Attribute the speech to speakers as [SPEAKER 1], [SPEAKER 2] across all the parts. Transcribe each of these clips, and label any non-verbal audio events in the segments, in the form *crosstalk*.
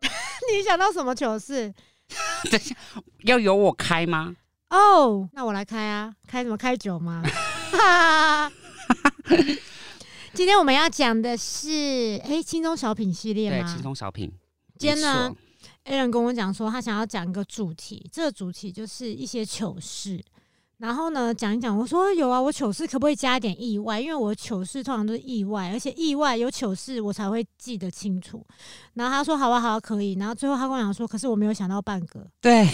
[SPEAKER 1] 你想到什么糗事？
[SPEAKER 2] 要由我开吗？
[SPEAKER 1] 哦，那我来开啊，开什么开酒吗？ *laughs* 哈哈今天我们要讲的是，哎、轻松小品系列
[SPEAKER 2] 对，
[SPEAKER 1] 吗
[SPEAKER 2] 轻？松小品。
[SPEAKER 1] 今天呢
[SPEAKER 2] 没错
[SPEAKER 1] a l 跟我讲说，他想要讲一个主题，这个主题就是一些糗事。然后呢，讲一讲，我说有啊，我糗事可不可以加一点意外？因为我糗事通常都是意外，而且意外有糗事我才会记得清楚。然后他说好啊，好啊，可以。然后最后他跟我讲说，可是我没有想到半个，
[SPEAKER 2] 对，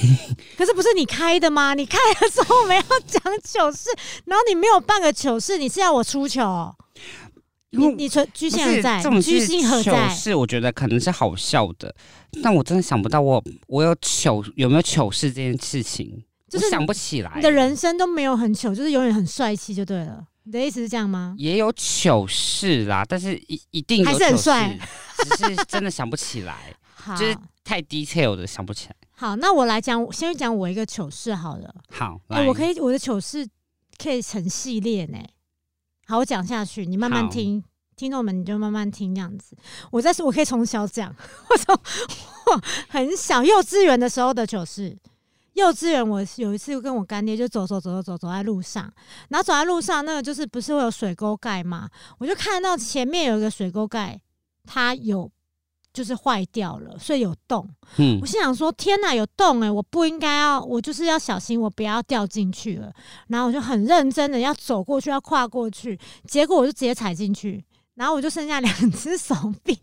[SPEAKER 1] 可是不是你开的吗？你开的时候我们要讲糗事，然后你没有半个糗事，你是要我出糗哦、
[SPEAKER 2] 因为
[SPEAKER 1] 你你存居
[SPEAKER 2] 不
[SPEAKER 1] 心
[SPEAKER 2] 是
[SPEAKER 1] 何在
[SPEAKER 2] 这？种
[SPEAKER 1] 居
[SPEAKER 2] 是
[SPEAKER 1] 心何
[SPEAKER 2] 糗
[SPEAKER 1] 在？
[SPEAKER 2] 事，我觉得可能是好笑的，但我真的想不到我我有糗有没有糗事这件事情，
[SPEAKER 1] 就是
[SPEAKER 2] 我想不起来。
[SPEAKER 1] 你的人生都没有很糗，就是永远很帅气就对了。你的意思是这样吗？
[SPEAKER 2] 也有糗事啦，但是一一定有
[SPEAKER 1] 还是很
[SPEAKER 2] 糗事
[SPEAKER 1] 帅，
[SPEAKER 2] 只是真的想不起来， *laughs*
[SPEAKER 1] 好，
[SPEAKER 2] 就是太 detail 的想不起来。
[SPEAKER 1] 好，那我来讲，先讲我一个糗事好了。
[SPEAKER 2] 好，
[SPEAKER 1] 哎、
[SPEAKER 2] 来，
[SPEAKER 1] 我可以我的糗事可以成系列呢。好，我讲下去，你慢慢
[SPEAKER 2] 好
[SPEAKER 1] 听，听众们你就慢慢听这样子。我再我可以从小讲，我从我很小幼稚园的时候的糗事。幼稚园，我有一次跟我干爹就走走走走走走在路上，然后走在路上，那个就是不是会有水沟盖嘛？我就看到前面有一个水沟盖，它有就是坏掉了，所以有洞。
[SPEAKER 2] 嗯
[SPEAKER 1] 我，心想说：“天哪，有洞哎、我不应该要，我就是要小心，我不要掉进去了。”然后我就很认真的要走过去，要跨过去，结果我就直接踩进去，然后我就剩下两只手臂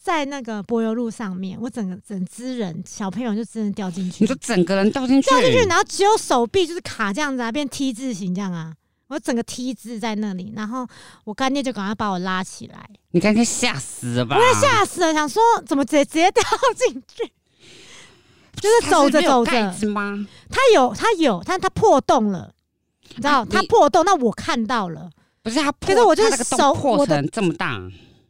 [SPEAKER 1] 在那个柏油路上面，我整个整只人小朋友就真的掉进去
[SPEAKER 2] 你就，整个人掉进去，
[SPEAKER 1] 掉进去，然后只有手臂就是卡这样子啊，变 T 字形这样啊，我整个 T 字在那里，然后我干爹就赶快把我拉起来，
[SPEAKER 2] 你刚才吓死了吧？
[SPEAKER 1] 我也吓死了，想说怎么直接直接掉进去。就是走着
[SPEAKER 2] 它是没有
[SPEAKER 1] 走着，
[SPEAKER 2] 盖子吗？
[SPEAKER 1] 他有，他有，但他破洞了，你知道，
[SPEAKER 2] 你
[SPEAKER 1] 他破洞，那我看到了，
[SPEAKER 2] 不是它破，
[SPEAKER 1] 可是我就是
[SPEAKER 2] 它那个
[SPEAKER 1] 手
[SPEAKER 2] 洞破
[SPEAKER 1] 我的
[SPEAKER 2] 成这么大，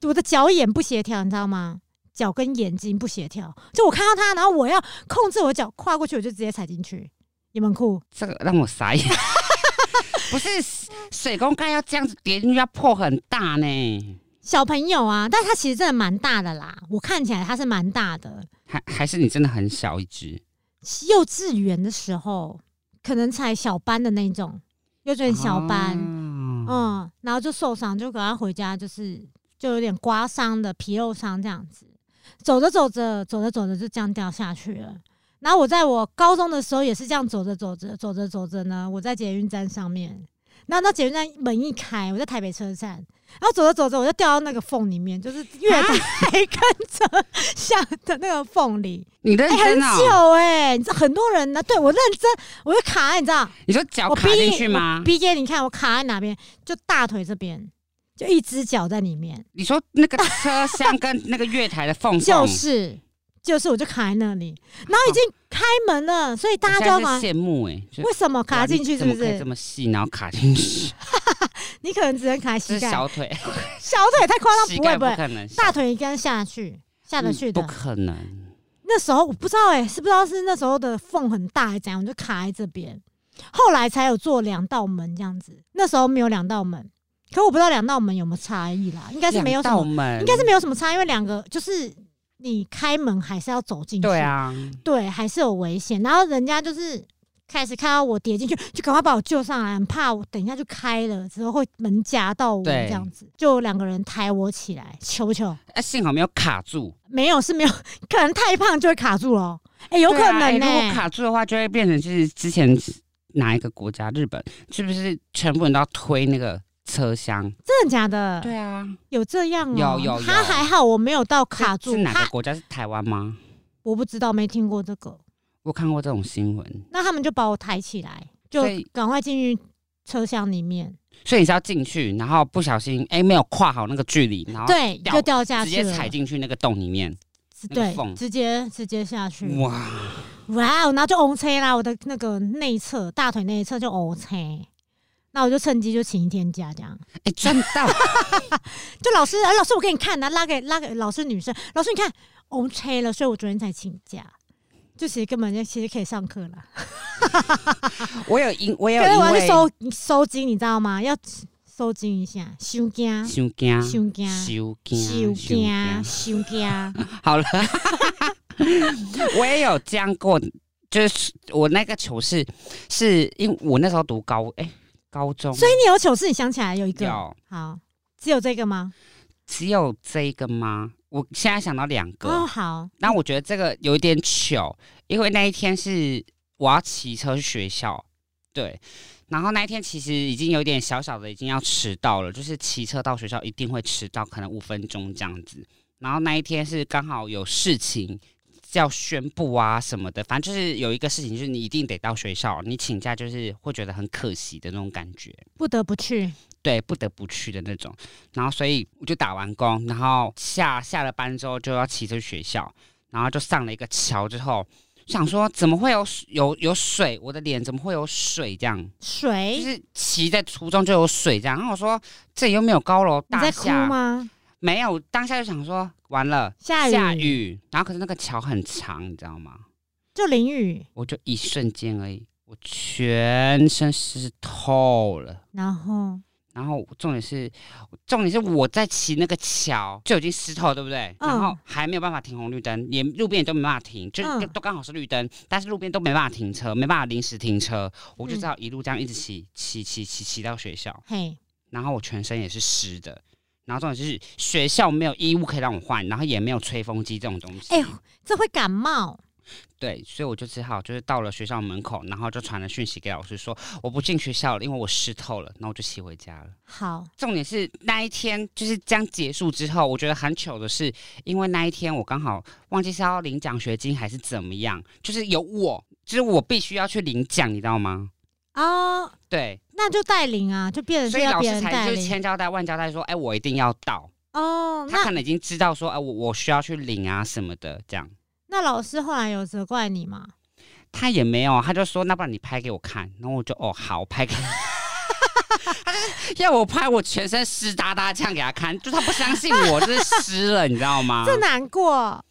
[SPEAKER 1] 我的脚眼不协调，你知道吗？脚跟眼睛不协调，就我看到他，然后我要控制我脚跨过去，我就直接踩进去，有没有很酷？
[SPEAKER 2] 这个让我傻眼。 *laughs* 不是水工盖要这样子叠进去，要破很大呢，
[SPEAKER 1] 小朋友啊，但他其实真的蛮大的啦，我看起来他是蛮大的，
[SPEAKER 2] 还还是你真的很小一只，
[SPEAKER 1] 幼稚园的时候可能才小班的那种，幼稚园小班，
[SPEAKER 2] 哦
[SPEAKER 1] 嗯，然后就受伤，就赶快回家，就是就有点刮伤的皮肉伤这样子。走着走着，走着走着就这样掉下去了。然后我在我高中的时候也是这样走着走着走着走着呢，我在捷运站上面，然后那捷运站门一开，我在台北车站，然后走着走着我就掉到那个缝里面，就是月台跟车厢的那个缝里，
[SPEAKER 2] 你认
[SPEAKER 1] 哎、很
[SPEAKER 2] 真哦？
[SPEAKER 1] 久哎、你知道很多人呢，对我认真，我就卡，你知道，
[SPEAKER 2] 你说脚
[SPEAKER 1] 我
[SPEAKER 2] 卡进
[SPEAKER 1] 逼
[SPEAKER 2] 去吗？
[SPEAKER 1] B 姐，你看我卡在哪边？就大腿这边，就一只脚在里面，
[SPEAKER 2] 你说那个车厢跟那个月台的缝缝，
[SPEAKER 1] 就是就是，我就卡在那里。然后已经开门了，所以
[SPEAKER 2] 我
[SPEAKER 1] 大家
[SPEAKER 2] 现
[SPEAKER 1] 就要
[SPEAKER 2] 在
[SPEAKER 1] 忙
[SPEAKER 2] 是。羡慕哎、就
[SPEAKER 1] 为什么
[SPEAKER 2] 哇
[SPEAKER 1] 卡
[SPEAKER 2] 你
[SPEAKER 1] 进去？是
[SPEAKER 2] 怎么
[SPEAKER 1] 不
[SPEAKER 2] 可以这
[SPEAKER 1] 是？
[SPEAKER 2] 么细，然后卡
[SPEAKER 1] *laughs*
[SPEAKER 2] 进去？
[SPEAKER 1] 你可能只能卡
[SPEAKER 2] 这
[SPEAKER 1] 膝
[SPEAKER 2] 是
[SPEAKER 1] 盖，*laughs*
[SPEAKER 2] 小腿，
[SPEAKER 1] 小腿太夸张，
[SPEAKER 2] 膝
[SPEAKER 1] 不会
[SPEAKER 2] 盖
[SPEAKER 1] 不
[SPEAKER 2] 不
[SPEAKER 1] 会，
[SPEAKER 2] 可能，
[SPEAKER 1] 大腿应该下去下得去
[SPEAKER 2] 嗯
[SPEAKER 1] 的
[SPEAKER 2] 不。可能。
[SPEAKER 1] 那时候我不知道哎、是不知道是那时候的缝很大还是怎样，我就卡在这边。后来才有做两道门这样子，那时候没有两道门，可我不知道两道门有没有差异啦，应该是没有什
[SPEAKER 2] 两道
[SPEAKER 1] 么
[SPEAKER 2] 门，
[SPEAKER 1] 应该是没有什么差，因为两个就是你开门还是要走进去，
[SPEAKER 2] 对，啊，
[SPEAKER 1] 对，还是有危险。然后人家就是开始看到我跌进去，就赶快把我救上来，很怕我等一下就开了之后会门夹到我
[SPEAKER 2] 对
[SPEAKER 1] 这样子，就两个人抬我起来，求求，
[SPEAKER 2] 啊，幸好没有卡住，
[SPEAKER 1] 没有是没有，可能太胖就会卡住了哦，哎、有可
[SPEAKER 2] 对啊
[SPEAKER 1] 能
[SPEAKER 2] 哎
[SPEAKER 1] 呢、
[SPEAKER 2] 如果卡住的话，就会变成就是之前哪一个国家，日本是不是全部人都要推那个车厢？
[SPEAKER 1] 真的假的？
[SPEAKER 2] 对啊，
[SPEAKER 1] 有这样哦、
[SPEAKER 2] 有有有
[SPEAKER 1] 他还好我没有到
[SPEAKER 2] 是
[SPEAKER 1] 卡住
[SPEAKER 2] 是，哪
[SPEAKER 1] 他
[SPEAKER 2] 个国家？是台湾吗？
[SPEAKER 1] 我不知道，没听过这个。
[SPEAKER 2] 我看过这种新闻，
[SPEAKER 1] 那他们就把我抬起来，就
[SPEAKER 2] 所以
[SPEAKER 1] 赶快进去车厢里面。
[SPEAKER 2] 所以你是要进去，然后不小心哎、没有跨好那个距离，然后
[SPEAKER 1] 对，啊
[SPEAKER 2] 掉
[SPEAKER 1] 就掉下
[SPEAKER 2] 直
[SPEAKER 1] 去
[SPEAKER 2] 接
[SPEAKER 1] 了，
[SPEAKER 2] 踩进去那个洞里面，
[SPEAKER 1] 直
[SPEAKER 2] 那个
[SPEAKER 1] 对，
[SPEAKER 2] 缝
[SPEAKER 1] 直接直接下去，
[SPEAKER 2] 哇！
[SPEAKER 1] 哇哦，然后就 O C 啦，我的那个内侧大腿内侧就 O C，那我就趁机就请一天假，这样
[SPEAKER 2] 哎、赚到！ *laughs*
[SPEAKER 1] 就老师，哎、老师我给你看，然后拉给拉给老师女生，老师你看 O C 了，所以我昨天才请假。就其实根本就其实可以上课了，
[SPEAKER 2] 我有因，我有
[SPEAKER 1] 可是
[SPEAKER 2] 因
[SPEAKER 1] 我要去
[SPEAKER 2] 为
[SPEAKER 1] 收收金，你知道吗？要收金一下，收惊，
[SPEAKER 2] 修惊，
[SPEAKER 1] 收惊，啊
[SPEAKER 2] 修
[SPEAKER 1] 收哎
[SPEAKER 2] 惊，啊
[SPEAKER 1] 惊，收惊。
[SPEAKER 2] 好了， *laughs* 我也有这样过，就是我那个糗事，是因为我那时候读高哎、高中，
[SPEAKER 1] 所以你有糗事，你想起来有一个，
[SPEAKER 2] 有
[SPEAKER 1] 好，只有这个吗？
[SPEAKER 2] 只有这一个吗？我现在想到两个，
[SPEAKER 1] 哦，好，
[SPEAKER 2] 那我觉得这个有一点糗，因为那一天是我要骑车去学校，对。然后那一天其实已经有点小小的已经要迟到了，就是骑车到学校一定会迟到，可能五分钟这样子。然后那一天是刚好有事情要宣布啊什么的，反正就是有一个事情，就是你一定得到学校，你请假就是会觉得很可惜的那种感觉。
[SPEAKER 1] 不得不去，
[SPEAKER 2] 对，不得不去的那种。然后所以我就打完工，然后下下了班之后就要骑车去学校，然后就上了一个桥之后，想说怎么会有水有有水，我的脸怎么会有水这样？就
[SPEAKER 1] 水，
[SPEAKER 2] 是骑在途中就有水这样。然后我说这里又没有高楼
[SPEAKER 1] 你
[SPEAKER 2] 大
[SPEAKER 1] 在哭
[SPEAKER 2] 厦，
[SPEAKER 1] 吗？
[SPEAKER 2] 没有，当下就想说完了。
[SPEAKER 1] 下雨，
[SPEAKER 2] 下雨，然后可是那个桥很长，你知道吗？
[SPEAKER 1] 就淋雨，
[SPEAKER 2] 我就一瞬间而已，我全身湿透了。
[SPEAKER 1] 然后
[SPEAKER 2] 然后重点是，重点是我在骑那个桥就已经湿透了，对不对？
[SPEAKER 1] 嗯
[SPEAKER 2] 然后还没有办法停红绿灯，连路边也都没办法停，就
[SPEAKER 1] 嗯
[SPEAKER 2] 都刚好是绿灯，但是路边都没办法停车，没办法临时停车，我
[SPEAKER 1] 嗯
[SPEAKER 2] 就只好一路这样一直骑，骑骑骑骑到学校，
[SPEAKER 1] 嘿，
[SPEAKER 2] 然后我全身也是湿的。然后重点是学校没有衣物可以让我换，然后也没有吹风机这种东西。
[SPEAKER 1] 哎呦这会感冒，
[SPEAKER 2] 对，所以我就只好就是到了学校门口，然后就传了讯息给老师说我不进学校了，因为我湿透了。然后我就骑回家了。
[SPEAKER 1] 好，
[SPEAKER 2] 重点是那一天就是这样结束之后，我觉得很糗的是，因为那一天我刚好忘记是要领奖学金还是怎么样，就是有我，就是我必须要去领奖，你知道吗？
[SPEAKER 1] 哦，
[SPEAKER 2] 对，
[SPEAKER 1] 那就带领啊，就变成
[SPEAKER 2] 所
[SPEAKER 1] 是
[SPEAKER 2] 以
[SPEAKER 1] 要
[SPEAKER 2] 老
[SPEAKER 1] 别
[SPEAKER 2] 师
[SPEAKER 1] 人
[SPEAKER 2] 才
[SPEAKER 1] 带
[SPEAKER 2] 就是
[SPEAKER 1] 领
[SPEAKER 2] 千交代万交代说，哎、我一定要到。
[SPEAKER 1] 哦。
[SPEAKER 2] 他可
[SPEAKER 1] 那
[SPEAKER 2] 能已经知道说，哎、我我需要去领啊什么的，这样。
[SPEAKER 1] 那老师后来有责怪你吗？
[SPEAKER 2] 他也没有，他就说那不然你拍给我看，然后我就哦好拍给。 *laughs* 他就是要我拍我全身湿哒哒这样给他看，就他不相信我就是湿了，你知道吗？
[SPEAKER 1] 这难过，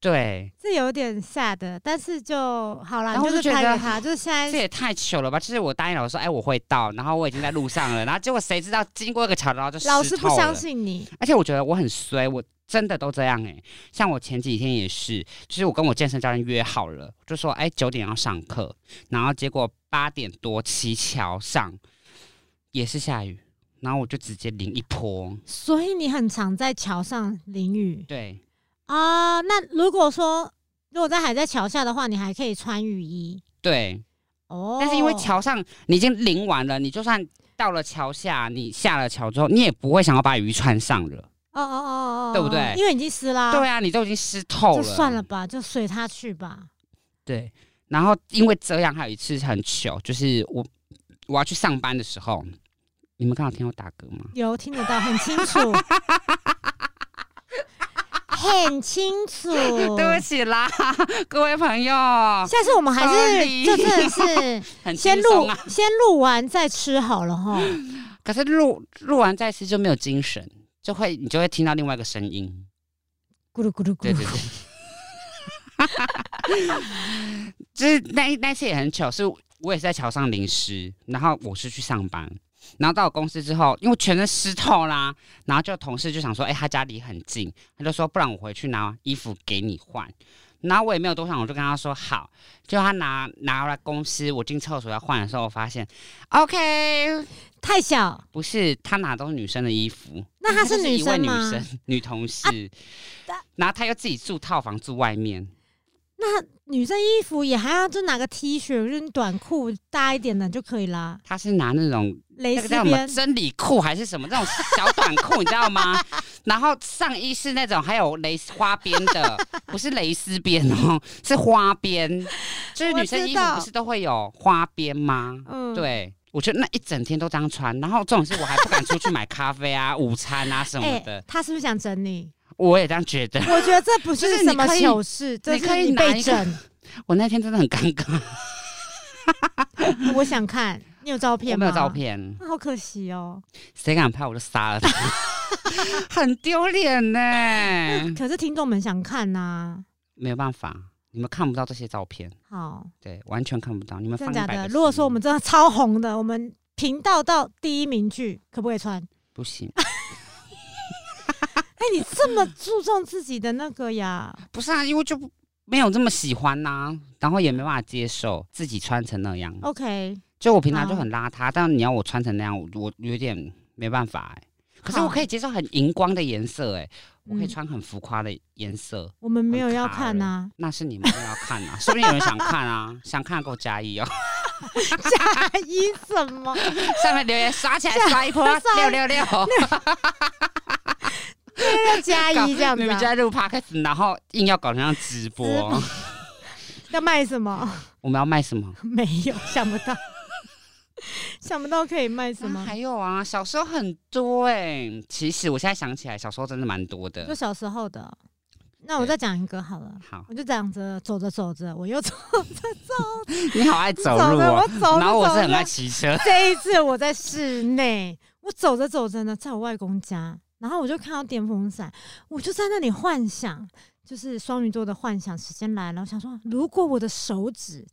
[SPEAKER 2] 对，
[SPEAKER 1] 这有点 sad，但是就好啦，
[SPEAKER 2] 然
[SPEAKER 1] 你
[SPEAKER 2] 后
[SPEAKER 1] 就
[SPEAKER 2] 我
[SPEAKER 1] 是
[SPEAKER 2] 就觉
[SPEAKER 1] 拍
[SPEAKER 2] 得
[SPEAKER 1] 给他，就是现
[SPEAKER 2] 这
[SPEAKER 1] 在
[SPEAKER 2] 也太糗了吧！就是我答应老师说，哎，我会到，然后我已经在路上了，然后结果谁知道经过一个桥，然后就
[SPEAKER 1] 老
[SPEAKER 2] 湿
[SPEAKER 1] 师不
[SPEAKER 2] 透了
[SPEAKER 1] 相，信你，
[SPEAKER 2] 而且我觉得我很衰，我真的都这样哎、像我前几天也是，就是我跟我健身教练约好了，就说哎九点要上课，然后结果八点多骑桥上也是下雨，然后我就直接淋一泼，
[SPEAKER 1] 所以你很常在桥上淋雨
[SPEAKER 2] 对，
[SPEAKER 1] 啊、那如果说如果在还在桥下的话，你还可以穿雨衣
[SPEAKER 2] 对，
[SPEAKER 1] 哦。
[SPEAKER 2] 但是因为桥上你已经淋完了，你就算到了桥下，你下了桥之后，你也不会想要把雨衣穿上了。
[SPEAKER 1] 哦哦哦哦，哦
[SPEAKER 2] 对不对
[SPEAKER 1] 因为已经湿啦、
[SPEAKER 2] 对啊，你都已经湿透
[SPEAKER 1] 就
[SPEAKER 2] 了，
[SPEAKER 1] 算了。吧，就随他去吧。
[SPEAKER 2] 对，然后因为这样，还有一次很糗，就是我我要去上班的时候，你们刚好听我打嗝吗？
[SPEAKER 1] 有听得到，很清
[SPEAKER 2] *laughs*
[SPEAKER 1] 楚，很清楚。
[SPEAKER 2] 对不起啦，各位朋友，
[SPEAKER 1] 下次我们还是
[SPEAKER 2] Sorry
[SPEAKER 1] 就真的是
[SPEAKER 2] *laughs* 很轻
[SPEAKER 1] 先录
[SPEAKER 2] 松啊。
[SPEAKER 1] 先录完再吃好了哈。
[SPEAKER 2] 可是录录完再吃就没有精神，就会你就会听到另外一个声音。
[SPEAKER 1] 咕噜咕噜咕
[SPEAKER 2] 对
[SPEAKER 1] 噜
[SPEAKER 2] 对，对。 *laughs* 就是那一那一次也很糗，是我也是在桥上淋湿，然后我是去上班，然后到我公司之后，因为全身湿透啦，然后就同事就想说，哎、他家离很近，他就说不然我回去拿衣服给你换，然后我也没有多想，我就跟他说好，就他拿拿来公司，我进厕所要换的时候，我发现，OK，
[SPEAKER 1] 太小，
[SPEAKER 2] 不是他拿的都是女生的衣服，
[SPEAKER 1] 那她是
[SPEAKER 2] 就
[SPEAKER 1] 女
[SPEAKER 2] 嗯一位
[SPEAKER 1] 生
[SPEAKER 2] 女
[SPEAKER 1] 吗啊
[SPEAKER 2] 生 *laughs* 女同事
[SPEAKER 1] 但，
[SPEAKER 2] 然后他又自己住套房住外面，
[SPEAKER 1] 女生衣服也还要就拿个 T 恤，就是短裤大一点的就可以啦，
[SPEAKER 2] 他是拿那种
[SPEAKER 1] 蕾
[SPEAKER 2] 那个
[SPEAKER 1] 丝
[SPEAKER 2] 叫什么
[SPEAKER 1] 边。
[SPEAKER 2] 真理裤还是什么那种小短裤，你知道吗？然后上衣是那种还有蕾丝花边的，不是蕾丝边哦，是花边。就是女生衣服
[SPEAKER 1] 我知道
[SPEAKER 2] 不是都会有花边吗？
[SPEAKER 1] 嗯，
[SPEAKER 2] 对，我觉得那一整天都这样穿，然后这种事我还不敢出去买咖啡啊、 *laughs* 午餐啊什么
[SPEAKER 1] 哎、
[SPEAKER 2] 的，
[SPEAKER 1] 他是不是想整你？
[SPEAKER 2] 我也这样觉得。
[SPEAKER 1] *laughs* 我觉得这不
[SPEAKER 2] 就是是你
[SPEAKER 1] 什么
[SPEAKER 2] 可以
[SPEAKER 1] 糗事，这
[SPEAKER 2] 你可
[SPEAKER 1] 是
[SPEAKER 2] 以
[SPEAKER 1] 你
[SPEAKER 2] 拿
[SPEAKER 1] 被
[SPEAKER 2] 一个
[SPEAKER 1] 整。 *laughs*
[SPEAKER 2] 我那天真的很尴尬，
[SPEAKER 1] 我想看，你有照
[SPEAKER 2] 我
[SPEAKER 1] 片
[SPEAKER 2] 没
[SPEAKER 1] 吗？
[SPEAKER 2] 有照，片，
[SPEAKER 1] 好可惜哦。
[SPEAKER 2] 谁敢拍我就杀了他， *laughs* 很丢脸呢。嗯
[SPEAKER 1] 可是听众们想看啊呐、
[SPEAKER 2] *laughs* 没有办法，你们看不到这些照片。
[SPEAKER 1] 好，
[SPEAKER 2] 对，完全看不到。你们
[SPEAKER 1] 真
[SPEAKER 2] 放
[SPEAKER 1] 的假
[SPEAKER 2] 100
[SPEAKER 1] 的？
[SPEAKER 2] 个
[SPEAKER 1] 如果
[SPEAKER 2] 心
[SPEAKER 1] 说我们真的超红的，我们频道到第一名去，可不可以穿？
[SPEAKER 2] 不行，
[SPEAKER 1] 哎、你这么注重自己的那个呀？
[SPEAKER 2] 不是啊，因为就不没有这么喜欢呐、然后也没办法接受自己穿成那样。
[SPEAKER 1] OK，
[SPEAKER 2] 哦就我平常就
[SPEAKER 1] 好
[SPEAKER 2] 很邋遢，但你要我穿成那样，我我有点没办法哎、可是
[SPEAKER 1] 好
[SPEAKER 2] 我可以接受很荧光的颜色哎、我可以
[SPEAKER 1] 嗯
[SPEAKER 2] 穿很浮夸的颜色，
[SPEAKER 1] 我们没有要
[SPEAKER 2] 很卡
[SPEAKER 1] 看啊呐、
[SPEAKER 2] 那是你们要看啊，说不定有人想看啊，想看给我加一哦，
[SPEAKER 1] 啊，加一什么？
[SPEAKER 2] *laughs* 上面留言
[SPEAKER 1] *laughs*
[SPEAKER 2] 刷起来刷一波
[SPEAKER 1] 刷
[SPEAKER 2] 六
[SPEAKER 1] *laughs*
[SPEAKER 2] 六六，
[SPEAKER 1] 要加
[SPEAKER 2] 搞
[SPEAKER 1] 一这样子
[SPEAKER 2] 明明就
[SPEAKER 1] 啊、
[SPEAKER 2] 在录 podcast，然后硬要搞成像直
[SPEAKER 1] 直
[SPEAKER 2] 播
[SPEAKER 1] 播，要卖什么？
[SPEAKER 2] *laughs*
[SPEAKER 1] *laughs*
[SPEAKER 2] 我们要卖什么？
[SPEAKER 1] 没有，想不到， *laughs* 想不到可以卖什
[SPEAKER 2] 啊
[SPEAKER 1] 么。
[SPEAKER 2] 还有啊，小时候很多哎、其实我现在想起来，小时候真的蛮多
[SPEAKER 1] 就
[SPEAKER 2] 的。
[SPEAKER 1] 小时候的。那我再讲一个好了，
[SPEAKER 2] 好，
[SPEAKER 1] 我就这样子走着走着，我又走
[SPEAKER 2] 你好爱走路
[SPEAKER 1] 着，
[SPEAKER 2] 哦、
[SPEAKER 1] 我走着
[SPEAKER 2] 然后我
[SPEAKER 1] 走
[SPEAKER 2] 是很
[SPEAKER 1] 着
[SPEAKER 2] 爱骑车，
[SPEAKER 1] 这一次我在室内，我走着走着呢，在我外公家，然后我就看到电风扇，我就在那里幻想，就是双鱼座的幻想时间来了。我想说，如果我的手指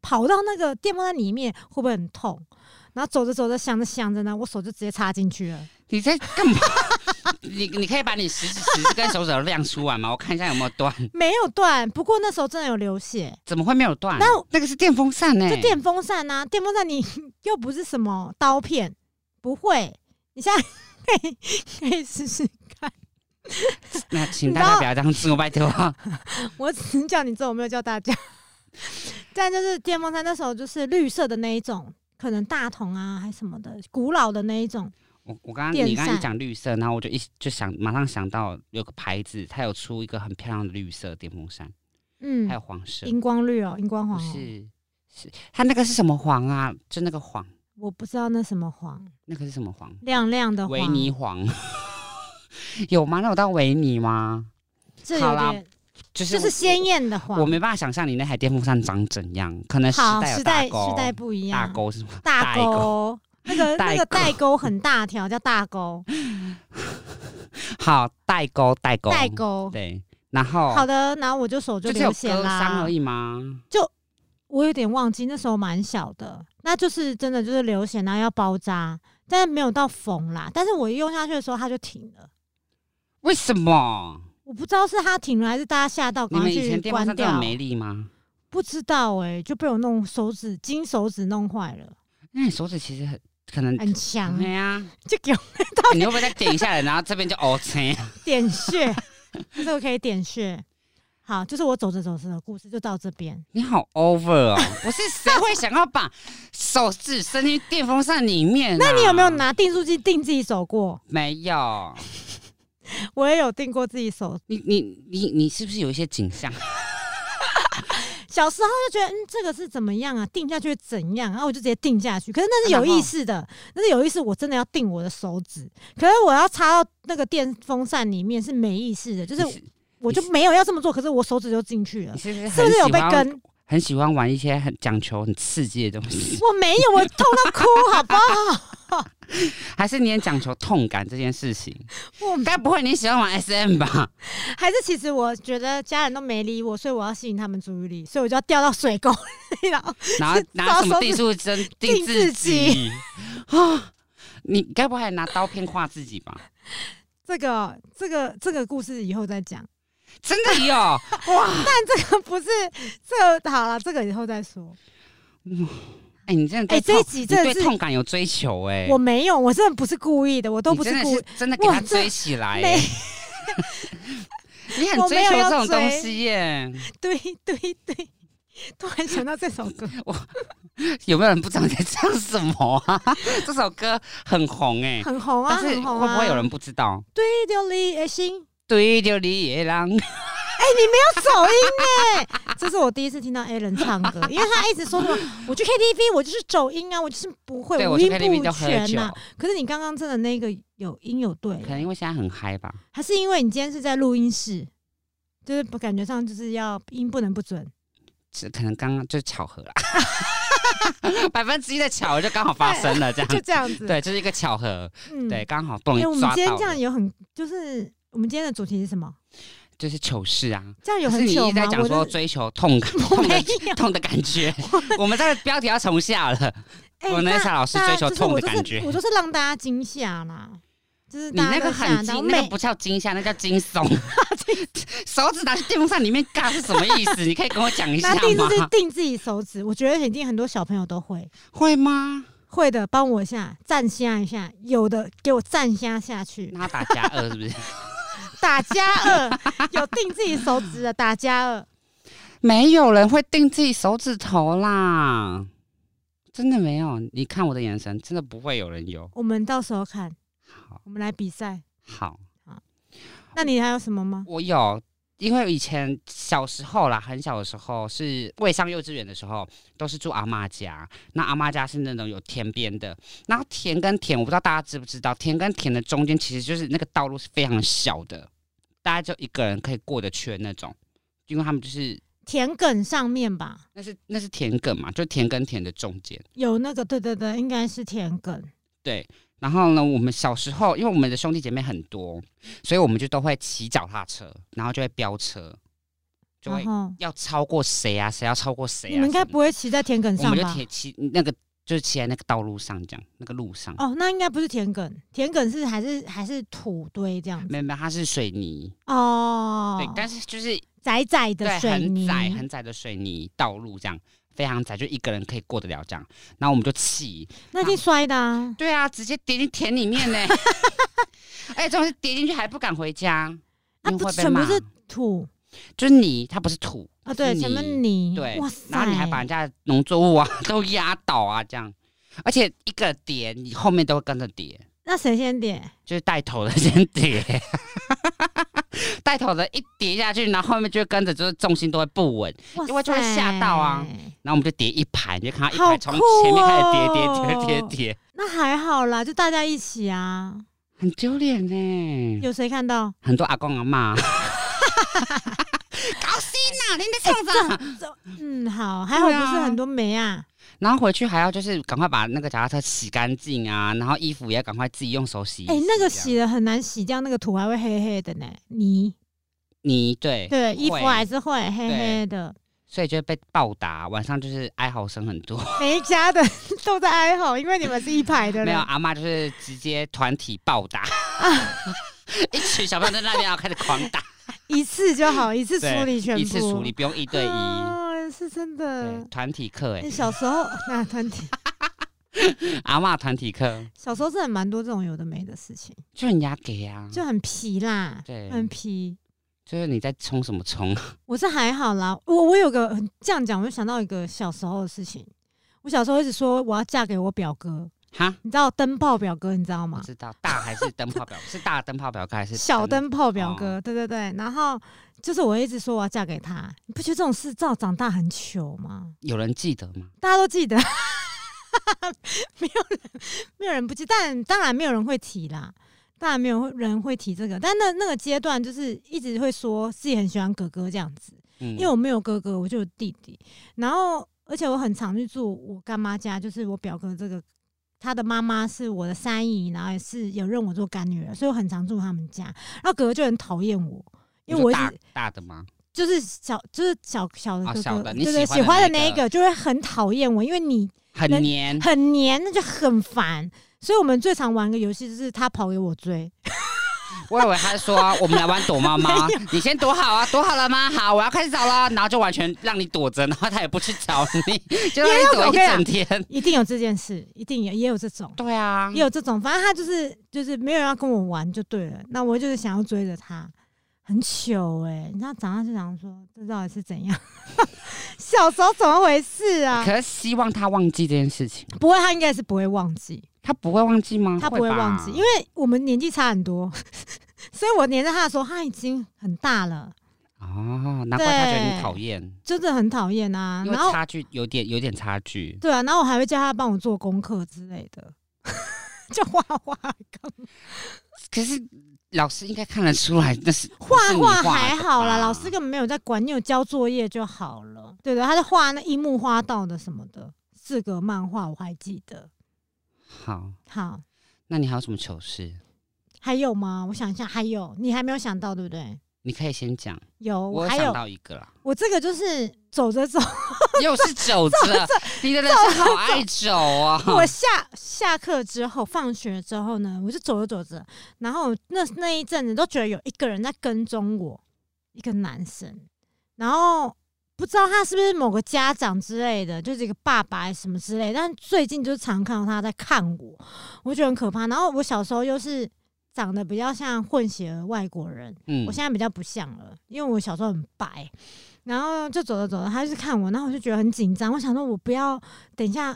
[SPEAKER 1] 跑到那个电风扇里面，会不会很痛？然后走着走着，想着想着呢，我手就直接插进去了。
[SPEAKER 2] 你在干嘛？ *laughs* 你你可以把你食指、食指跟手指头亮出来吗？我看一下有没有断，
[SPEAKER 1] 没有断，不过那时候真的有流血。
[SPEAKER 2] 怎么会没有断？
[SPEAKER 1] 那
[SPEAKER 2] 那个是电风扇欸呢、
[SPEAKER 1] 就电风扇呐、电风扇你 *laughs* 又不是什么刀片，不会。你现在 *laughs* 可以可以试试看，
[SPEAKER 2] 那请
[SPEAKER 1] 你
[SPEAKER 2] 大
[SPEAKER 1] 知
[SPEAKER 2] 家
[SPEAKER 1] 道
[SPEAKER 2] 不要这样做，拜托。
[SPEAKER 1] 我只是叫你做，我没有叫大家。 *laughs* 但就是电风扇那时候就是绿色的那一种，可能大同啊还什么的，古老的那一种。
[SPEAKER 2] 我我刚刚
[SPEAKER 1] 电
[SPEAKER 2] 你刚刚一
[SPEAKER 1] 扇
[SPEAKER 2] 讲绿色，然后我就一就想马上想到有个牌子，它有出一个很漂亮的绿色电风扇，
[SPEAKER 1] 嗯
[SPEAKER 2] 还，有黄色，
[SPEAKER 1] 荧光绿哦，荧光
[SPEAKER 2] 不
[SPEAKER 1] 黄、哦，
[SPEAKER 2] 是是它那个是什么黄啊？就那个黄，
[SPEAKER 1] 我不知道那什么黄，
[SPEAKER 2] 那个是什么黄？
[SPEAKER 1] 亮亮的黄，啊
[SPEAKER 2] 维尼黄。 *laughs* 有吗？那有到维尼吗？
[SPEAKER 1] 这
[SPEAKER 2] 好
[SPEAKER 1] 有
[SPEAKER 2] 啦
[SPEAKER 1] 点
[SPEAKER 2] 就是
[SPEAKER 1] 就是鲜
[SPEAKER 2] 艳。
[SPEAKER 1] 艳的黄。
[SPEAKER 2] 我没办法想象你那台电风扇长怎样，可能时
[SPEAKER 1] 好
[SPEAKER 2] 代有
[SPEAKER 1] 时
[SPEAKER 2] 代
[SPEAKER 1] 代时代不一
[SPEAKER 2] 大
[SPEAKER 1] 样，
[SPEAKER 2] 沟是吗？
[SPEAKER 1] 大
[SPEAKER 2] 代沟。
[SPEAKER 1] 沟，那
[SPEAKER 2] *laughs*
[SPEAKER 1] 个那个
[SPEAKER 2] 代
[SPEAKER 1] 代沟很大条，叫大沟，
[SPEAKER 2] 好，代沟代沟
[SPEAKER 1] 代沟。
[SPEAKER 2] 对，然后
[SPEAKER 1] 好的，然后我就手就
[SPEAKER 2] 哦就只有
[SPEAKER 1] 流血
[SPEAKER 2] 割伤
[SPEAKER 1] 啦
[SPEAKER 2] 而。已吗？
[SPEAKER 1] 我有点忘记那时候蛮小的，那就是真的就是流血，然后要包扎，但是没有到缝啦。但是我一用下去的时候，它就停了。
[SPEAKER 2] 为什么？
[SPEAKER 1] 我不知道是它停了，还是大家吓到
[SPEAKER 2] 你
[SPEAKER 1] 赶快
[SPEAKER 2] 们以前
[SPEAKER 1] 去
[SPEAKER 2] 电风
[SPEAKER 1] 关
[SPEAKER 2] 扇这么
[SPEAKER 1] 掉。
[SPEAKER 2] 没力吗？
[SPEAKER 1] 不知道哎、就被我弄手指金手指弄坏了，
[SPEAKER 2] 那你手指其实很可能
[SPEAKER 1] 很强、
[SPEAKER 2] 对啊呀、
[SPEAKER 1] 就给我
[SPEAKER 2] 你会不会再点一下来，然后这边就 O C？
[SPEAKER 1] 点穴，这个可以点穴。好，就是我走着走着的故事就到这边。
[SPEAKER 2] *laughs* 你好 over 哦！我是谁会想要把手指伸进电风扇里面、啊
[SPEAKER 1] 那你有没有？拿订书机订自己手过？
[SPEAKER 2] 没有。
[SPEAKER 1] 我也有订过自己手
[SPEAKER 2] 你你你你是不是有一些景象？
[SPEAKER 1] 小时候就觉得，嗯，这个是怎么样啊？定下去会怎样？然后我就直接定下去。可是那是有意识的，那是有意识，我真的要定我的手指。可是我要插到那个电风扇里面是没意识的，就
[SPEAKER 2] 你
[SPEAKER 1] 是
[SPEAKER 2] 是
[SPEAKER 1] 我就没有要这么做，可是我手指就进去了
[SPEAKER 2] 你。是不是
[SPEAKER 1] 是不
[SPEAKER 2] 很
[SPEAKER 1] 是有
[SPEAKER 2] 喜
[SPEAKER 1] 被
[SPEAKER 2] 欢
[SPEAKER 1] 跟？
[SPEAKER 2] 很喜欢玩一些很讲求很刺激的东西？
[SPEAKER 1] 我没有，我痛到哭，好
[SPEAKER 2] *laughs*
[SPEAKER 1] 不好？
[SPEAKER 2] 还是你很讲求痛感这件事情？ *laughs*
[SPEAKER 1] 我
[SPEAKER 2] 该不会你喜欢玩 SM 吧？
[SPEAKER 1] 还是其实我觉得家人都没理我，所以我要吸引他们注意力，所以我就要掉到水沟里 *laughs* 了。
[SPEAKER 2] 然后拿什么
[SPEAKER 1] 手
[SPEAKER 2] 定
[SPEAKER 1] 指
[SPEAKER 2] 数针
[SPEAKER 1] 定
[SPEAKER 2] 自
[SPEAKER 1] 自 *laughs* 哦
[SPEAKER 2] 己啊？你该不会还拿刀片划自
[SPEAKER 1] *laughs*
[SPEAKER 2] 己吧？
[SPEAKER 1] 这个、这个、这个故事以后再讲， *laughs*
[SPEAKER 2] 真的有，
[SPEAKER 1] 但这个不是这个好了，这个以后再说。
[SPEAKER 2] 哎、你真的对
[SPEAKER 1] 哎这
[SPEAKER 2] 痛
[SPEAKER 1] 一集
[SPEAKER 2] 你
[SPEAKER 1] 真的
[SPEAKER 2] 对
[SPEAKER 1] 是
[SPEAKER 2] 痛感有追求哎、
[SPEAKER 1] 我没有，我真的不是故意的，我都
[SPEAKER 2] 你
[SPEAKER 1] 不是
[SPEAKER 2] 真的
[SPEAKER 1] 故意。
[SPEAKER 2] 真的给他
[SPEAKER 1] 哇这
[SPEAKER 2] 追起来、
[SPEAKER 1] 没 *laughs*
[SPEAKER 2] 哎你很
[SPEAKER 1] 我
[SPEAKER 2] 追
[SPEAKER 1] 没有
[SPEAKER 2] 求这
[SPEAKER 1] 要
[SPEAKER 2] 种东
[SPEAKER 1] 追
[SPEAKER 2] 西耶、
[SPEAKER 1] 对对对， *laughs* 突然想到这首歌，
[SPEAKER 2] 有没有人不知道你在唱什么啊？ *laughs* 这首歌很红哎、
[SPEAKER 1] 很红啊，
[SPEAKER 2] 但是
[SPEAKER 1] 很红
[SPEAKER 2] 会
[SPEAKER 1] 啊。
[SPEAKER 2] 不会有人不知道？
[SPEAKER 1] 对哎丢你的心？
[SPEAKER 2] 对着你也让
[SPEAKER 1] 要走音哎、 *laughs* 这是我第一次听到 a l a n 唱
[SPEAKER 2] *laughs*
[SPEAKER 1] 歌，因为他一直说什么，我去 KTV 我就是走音啊，我就是不会，
[SPEAKER 2] 对我去
[SPEAKER 1] 音
[SPEAKER 2] KTV
[SPEAKER 1] 不
[SPEAKER 2] 就喝
[SPEAKER 1] 全啊
[SPEAKER 2] 酒
[SPEAKER 1] 呐、，可是你刚刚真的那个有音有对
[SPEAKER 2] 可，能因为现在很嗨吧。
[SPEAKER 1] 还是因为你今天是在录音室，就是不感觉上就是要音不能不准。
[SPEAKER 2] 只可能刚刚就是巧合啦， *laughs* 百分之一的巧合就刚好发生了，这
[SPEAKER 1] 就
[SPEAKER 2] 样
[SPEAKER 1] 这样子，
[SPEAKER 2] 对，就是一个巧合，
[SPEAKER 1] 嗯
[SPEAKER 2] 对，。刚好动
[SPEAKER 1] 哎、
[SPEAKER 2] 一
[SPEAKER 1] 我们
[SPEAKER 2] 抓
[SPEAKER 1] 今天
[SPEAKER 2] 到
[SPEAKER 1] 这样
[SPEAKER 2] 了，
[SPEAKER 1] 有很，就是我们今天的主题是什么？
[SPEAKER 2] 就是糗事啊。
[SPEAKER 1] 这样有
[SPEAKER 2] 可是
[SPEAKER 1] 很
[SPEAKER 2] 你
[SPEAKER 1] 糗
[SPEAKER 2] 一直
[SPEAKER 1] 吗
[SPEAKER 2] 在？讲
[SPEAKER 1] 我
[SPEAKER 2] 说
[SPEAKER 1] 的
[SPEAKER 2] 追求痛感，
[SPEAKER 1] *laughs* 我
[SPEAKER 2] 痛
[SPEAKER 1] 没
[SPEAKER 2] 的
[SPEAKER 1] 有。
[SPEAKER 2] 痛的感觉， *laughs* 我们这个标题要重下了。
[SPEAKER 1] *laughs* 哎
[SPEAKER 2] *laughs* 我那
[SPEAKER 1] 那
[SPEAKER 2] 夏老师
[SPEAKER 1] 大
[SPEAKER 2] 追
[SPEAKER 1] 家
[SPEAKER 2] 求
[SPEAKER 1] 就是
[SPEAKER 2] 痛
[SPEAKER 1] 我
[SPEAKER 2] 的
[SPEAKER 1] 就是
[SPEAKER 2] 感觉
[SPEAKER 1] 我就是让大家惊吓啦，就是
[SPEAKER 2] 你
[SPEAKER 1] 大家
[SPEAKER 2] 那个
[SPEAKER 1] 都吓
[SPEAKER 2] 很
[SPEAKER 1] 到
[SPEAKER 2] 惊，那
[SPEAKER 1] 每 *laughs*
[SPEAKER 2] 个不叫惊吓，那叫惊悚。 *laughs* 手指拿去电风扇里面尬是什么意思？你可以跟我讲一下
[SPEAKER 1] 那定就是
[SPEAKER 2] 吗？
[SPEAKER 1] 定自己手指，我觉得一定很多小朋友都会。
[SPEAKER 2] *laughs* 会吗？
[SPEAKER 1] 会的，帮我一下，站虾一下，有的给我站虾下去，
[SPEAKER 2] 那他打加二是不是？
[SPEAKER 1] 打加
[SPEAKER 2] *laughs*
[SPEAKER 1] 二，有定自己手指的打加二，
[SPEAKER 2] 没有人会定自己手指头啦，真的没有。你看我的眼神，真的不会有人有。
[SPEAKER 1] 我们到时候看，
[SPEAKER 2] 好，
[SPEAKER 1] 我们来比赛。
[SPEAKER 2] 好，
[SPEAKER 1] 那你还有什么吗？
[SPEAKER 2] 我有，因为以前小时候啦，很小的时候是未上幼稚园的时候，都是住阿妈家。那阿妈家是那种有田边的，然后田跟田，我不知道大家知不知道，田跟田的中间其实就是那个道路是非常小的，大家就一个人可以过得去的那种，因为他们就是
[SPEAKER 1] 田埂上面吧，
[SPEAKER 2] 那是那是田埂嘛，就田跟田的中间。
[SPEAKER 1] 有那个，对对对，应该是田埂。
[SPEAKER 2] 对，然后呢，我们小时候因为我们的兄弟姐妹很多，所以我们就都会骑脚踏车，然后就会飙车，就
[SPEAKER 1] 然
[SPEAKER 2] 会
[SPEAKER 1] 后
[SPEAKER 2] 要超过谁啊，谁要超过谁啊。
[SPEAKER 1] 你们应该
[SPEAKER 2] 什么
[SPEAKER 1] 不会骑在田埂
[SPEAKER 2] 的，我
[SPEAKER 1] 上
[SPEAKER 2] 们就
[SPEAKER 1] 吧？
[SPEAKER 2] 骑骑那个就是骑在那个道路上这样，那个路上。
[SPEAKER 1] 哦，那应该不是田埂，田埂是还是还是土堆这样子
[SPEAKER 2] 没有没有，它是水泥，
[SPEAKER 1] 哦。
[SPEAKER 2] 对，但是就是
[SPEAKER 1] 窄窄的
[SPEAKER 2] 对
[SPEAKER 1] 水
[SPEAKER 2] 很
[SPEAKER 1] 泥，
[SPEAKER 2] 窄很窄的水泥道路这样，非常窄，就一个人可以过得了这样。然后我们就骑，
[SPEAKER 1] 那一定摔的啊！
[SPEAKER 2] 对啊，直接跌进田里 *laughs* 面呢、而且重点是跌进去还不敢回家，
[SPEAKER 1] 啊
[SPEAKER 2] 因为
[SPEAKER 1] 不
[SPEAKER 2] 会被
[SPEAKER 1] 全部
[SPEAKER 2] 骂
[SPEAKER 1] 是土
[SPEAKER 2] 就是泥，它不是土
[SPEAKER 1] 啊，对，
[SPEAKER 2] 是
[SPEAKER 1] 前面泥，
[SPEAKER 2] 对
[SPEAKER 1] 哇，塞，
[SPEAKER 2] 然后你还把人家的农作物啊 *laughs* 都压倒啊，这样，而且一个跌，你后面都会跟着跌，
[SPEAKER 1] 那谁先点？
[SPEAKER 2] 就是带头的先跌， *laughs* 带头的一跌下去，然后后面就会跟着，就是重心都会不稳，
[SPEAKER 1] 哇
[SPEAKER 2] 因为就会吓到啊
[SPEAKER 1] 塞。
[SPEAKER 2] 然后我们就叠一排，你就看到一
[SPEAKER 1] 好
[SPEAKER 2] 排从前面开始
[SPEAKER 1] 酷
[SPEAKER 2] 叠叠叠
[SPEAKER 1] 哦
[SPEAKER 2] 叠叠，
[SPEAKER 1] 那还好啦，就大家一起啊。
[SPEAKER 2] 很丢脸呢。
[SPEAKER 1] 有谁看到？
[SPEAKER 2] 很多阿公阿妈。 *laughs* 搞死呐！你在冲啥？
[SPEAKER 1] 嗯，好，还好
[SPEAKER 2] 对
[SPEAKER 1] 不
[SPEAKER 2] 啊
[SPEAKER 1] 是很多梅啊。
[SPEAKER 2] 然后回去还要就是赶快把那个脚踏车洗干净啊，然后衣服也要赶快自己用手洗一。啊
[SPEAKER 1] 哎、那个
[SPEAKER 2] 这样
[SPEAKER 1] 洗了很难洗掉，那个土还会黑黑的呢，泥。
[SPEAKER 2] 泥对，
[SPEAKER 1] 对，衣服
[SPEAKER 2] 会
[SPEAKER 1] 还是会黑黑的。
[SPEAKER 2] 所以就会被暴打，晚上就是哀嚎声很多。
[SPEAKER 1] 每一家的都在哀嚎，因为你们是一排的
[SPEAKER 2] 没有啊
[SPEAKER 1] 了。
[SPEAKER 2] 阿妈就是直接团体
[SPEAKER 1] *laughs*
[SPEAKER 2] 暴打，一群小朋友在那边要开始狂打，
[SPEAKER 1] 一次就好，一次处
[SPEAKER 2] 对
[SPEAKER 1] 理全部。
[SPEAKER 2] 一次处理，不用一对一。
[SPEAKER 1] 啊是真
[SPEAKER 2] 对
[SPEAKER 1] 的。
[SPEAKER 2] 团体课哎、
[SPEAKER 1] 那小时候那团体，
[SPEAKER 2] 阿妈团体课
[SPEAKER 1] 小时候真的蛮多这种有的没的事情，
[SPEAKER 2] 就人家给啊，
[SPEAKER 1] 就很皮啦，
[SPEAKER 2] 对，
[SPEAKER 1] 很皮。
[SPEAKER 2] 就是你在冲什么冲？
[SPEAKER 1] 我是还好啦，我我有个很这样讲，我就想到一个小时候的事情。我小时候一直说我要嫁给我表哥，
[SPEAKER 2] 哈，
[SPEAKER 1] 你知道灯泡表哥，你知道
[SPEAKER 2] 不
[SPEAKER 1] 吗？
[SPEAKER 2] 知道大还是灯泡表？是大灯泡表哥还是哦
[SPEAKER 1] 小？灯泡表哥，对对对。然后就是我一直说我要嫁给他，你不觉得这种事照长大很糗吗？
[SPEAKER 2] 有人记得吗？
[SPEAKER 1] 大家都记得， *laughs* 没有人没有人不记，但当然没有人会提啦。当然没有人会提这个，但那那个阶段就是一直会说自己很喜欢哥哥这样子，
[SPEAKER 2] 嗯，
[SPEAKER 1] 因为我没有哥哥，我就有弟弟。然后，而且我很常去住我干妈家，就是我表哥这个，他的妈妈是我的三姨，然后也是有认我做干女儿，所以我很常住他们家。然后哥哥就很讨厌我，因为
[SPEAKER 2] 你
[SPEAKER 1] 我一
[SPEAKER 2] 说大
[SPEAKER 1] 直
[SPEAKER 2] 大的吗？
[SPEAKER 1] 就是小就是小小的
[SPEAKER 2] 哦
[SPEAKER 1] 哥哥，
[SPEAKER 2] 小的你
[SPEAKER 1] 对对，
[SPEAKER 2] 喜
[SPEAKER 1] 喜
[SPEAKER 2] 欢
[SPEAKER 1] 欢
[SPEAKER 2] 的
[SPEAKER 1] 的
[SPEAKER 2] 那
[SPEAKER 1] 那一
[SPEAKER 2] 个
[SPEAKER 1] 个就会很讨厌我，因为你
[SPEAKER 2] 很
[SPEAKER 1] 人
[SPEAKER 2] 黏，
[SPEAKER 1] 很黏，那就很烦。所以我们最常玩个游戏就是他跑给我追，
[SPEAKER 2] 我以为他说、我们来玩躲猫猫， *laughs* 你先躲好啊，躲好了吗？好，我要开始找了，然后就完全让你躲着，然后他也不去找你， *laughs* 就让你躲一整天。
[SPEAKER 1] 一定有这件事，一定有也有这种。
[SPEAKER 2] 对啊，
[SPEAKER 1] 也有这种，反正他就是就是没有要跟我玩就对了。那我就是想要追着他，很糗哎、你知道长大就想说，这到底是怎样？ *laughs* 小时候怎么回事啊？
[SPEAKER 2] *laughs* 可是希望他忘记这件事情，
[SPEAKER 1] 不会，他应该是不会忘记，
[SPEAKER 2] 他不嗯会忘记吗？
[SPEAKER 1] 他不会
[SPEAKER 2] 吧
[SPEAKER 1] 忘记，因为我们年纪差很多， *laughs* 所以我黏着他的时候，他已经很大了，
[SPEAKER 2] 哦，难怪他觉得
[SPEAKER 1] 对
[SPEAKER 2] 你讨厌，
[SPEAKER 1] 真的很讨厌啊。
[SPEAKER 2] 因为
[SPEAKER 1] 然后
[SPEAKER 2] 差距有点有点差距。
[SPEAKER 1] 对啊，然后我还会叫他帮我做功课之类的， *laughs* 就画画
[SPEAKER 2] 可是老师应该看得出来，那是
[SPEAKER 1] 画画还好啦，
[SPEAKER 2] 啦，
[SPEAKER 1] 老师根本没有在管，你有交作业就好了。对的，他在画那樱木花道的什么的四格漫画，我还记得。
[SPEAKER 2] 好。
[SPEAKER 1] 好，
[SPEAKER 2] 那你还有什么糗事？
[SPEAKER 1] 还有吗？我想一下，还有你还没有想到对不对？
[SPEAKER 2] 你可以先讲，
[SPEAKER 1] 有，
[SPEAKER 2] 我有
[SPEAKER 1] 还
[SPEAKER 2] 想
[SPEAKER 1] 有
[SPEAKER 2] 到一个啦。
[SPEAKER 1] 我这个就是走着走，
[SPEAKER 2] *laughs* 又是肘
[SPEAKER 1] *laughs*
[SPEAKER 2] 子，啊你的人生好爱肘啊！
[SPEAKER 1] 我下下课之后，放学之后呢，我就走着走着，然后那那一阵子都觉得有一个人在跟踪我，一个男生，然后不知道他是不是某个家长之类的，就是一个爸爸什么之类，但最近就是常看到他在看我，我觉得很可怕。然后我小时候又是长得比较像混血儿外国人，
[SPEAKER 2] 嗯
[SPEAKER 1] 我，现在比较不像了，因为我小时候很白，然后就走着走着，他就是看我，然后我就觉得很紧张，我想说我不要等一下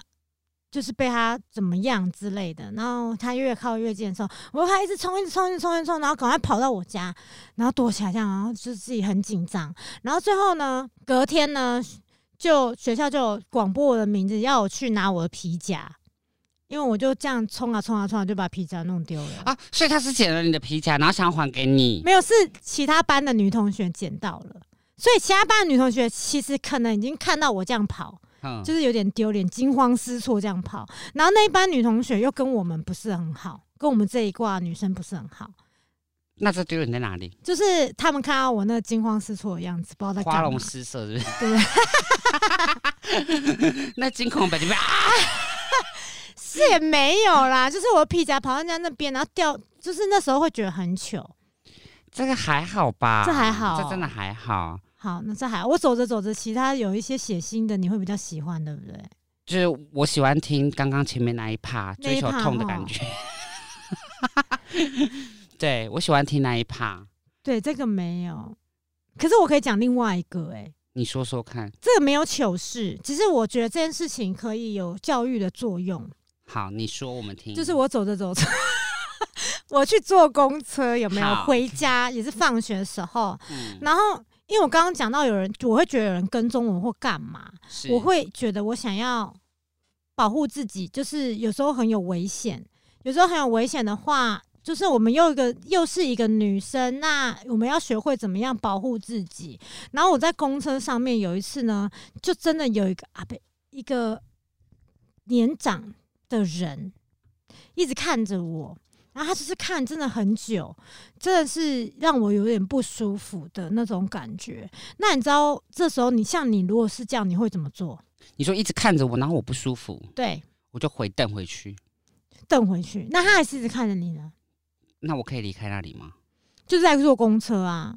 [SPEAKER 1] 就是被他怎么样之类的，然后他越靠越近的时候，我还一直冲，一直冲，一直冲，一直冲，然后赶快跑到我家，然后躲起来这样，然后就自己很紧张，然后最后呢，隔天呢，就学校就有广播我的名字，要我去拿我的皮夹。因为我就这样冲啊冲啊冲啊，就把皮夹弄丢了。
[SPEAKER 2] 啊，所以他是捡了你的皮夹，然后想要还给你。
[SPEAKER 1] 没有，是其他班的女同学捡到了，所以其他班的女同学其实可能已经看到我这样跑，
[SPEAKER 2] 嗯，
[SPEAKER 1] 就是有点丢脸，惊慌失措这样跑。然后那一班女同学又跟我们不是很好，跟我们这一挂的女生不是很好，
[SPEAKER 2] 那这丢人在哪里？
[SPEAKER 1] 就是他们看到我那惊慌失措的样子，不知道在
[SPEAKER 2] 花
[SPEAKER 1] 干
[SPEAKER 2] 容
[SPEAKER 1] 嘛。
[SPEAKER 2] 失色是不是？
[SPEAKER 1] 对
[SPEAKER 2] *laughs* 那惊恐本就被啊，
[SPEAKER 1] 是也没有啦， *laughs* 就是我的皮夹跑到人家那边，然后掉，就是那时候会觉得很糗。
[SPEAKER 2] 这个还好吧？
[SPEAKER 1] 这还好
[SPEAKER 2] 这真的还好。
[SPEAKER 1] 好，那这还我走着走着，其他有一些血腥的你会比较喜欢，对不对？
[SPEAKER 2] 就是我喜欢听刚刚前面那一趴，
[SPEAKER 1] 那一
[SPEAKER 2] 追求
[SPEAKER 1] 趴
[SPEAKER 2] 痛的感觉。 *laughs* 对，我喜欢听那一趴，
[SPEAKER 1] 对，这个没有。可是我可以讲另外一个、欸，
[SPEAKER 2] 你说说看。
[SPEAKER 1] 这个没有糗事，只是我觉得这件事情可以有教育的作用。
[SPEAKER 2] 好，你说我们听。
[SPEAKER 1] 就是我走着走着， *laughs* 我去坐公车，有没有
[SPEAKER 2] 好
[SPEAKER 1] 回家？也是放学的时候，
[SPEAKER 2] 嗯，
[SPEAKER 1] 然后因为我刚刚讲到有人，我会觉得有人跟踪我或干嘛，
[SPEAKER 2] 是
[SPEAKER 1] 我会觉得我想要保护自己，就是有时候很有危险，有时候很有危险的话。就是我们又一个又是一个女生，那我们要学会怎么样保护自己。然后我在公车上面有一次呢，就真的有一个阿贝，一个年长的人一直看着我，然后他就是看真的很久，真的是让我有点不舒服的那种感觉。那你知道这时候你像你如果是这样，你会怎么做？
[SPEAKER 2] 你说一直看着我，然后我不舒服，
[SPEAKER 1] 对，
[SPEAKER 2] 我就回瞪回去。
[SPEAKER 1] 瞪回去。那他还是一直看着你呢，
[SPEAKER 2] 那我可以离开那里吗？
[SPEAKER 1] 就是在坐公车啊。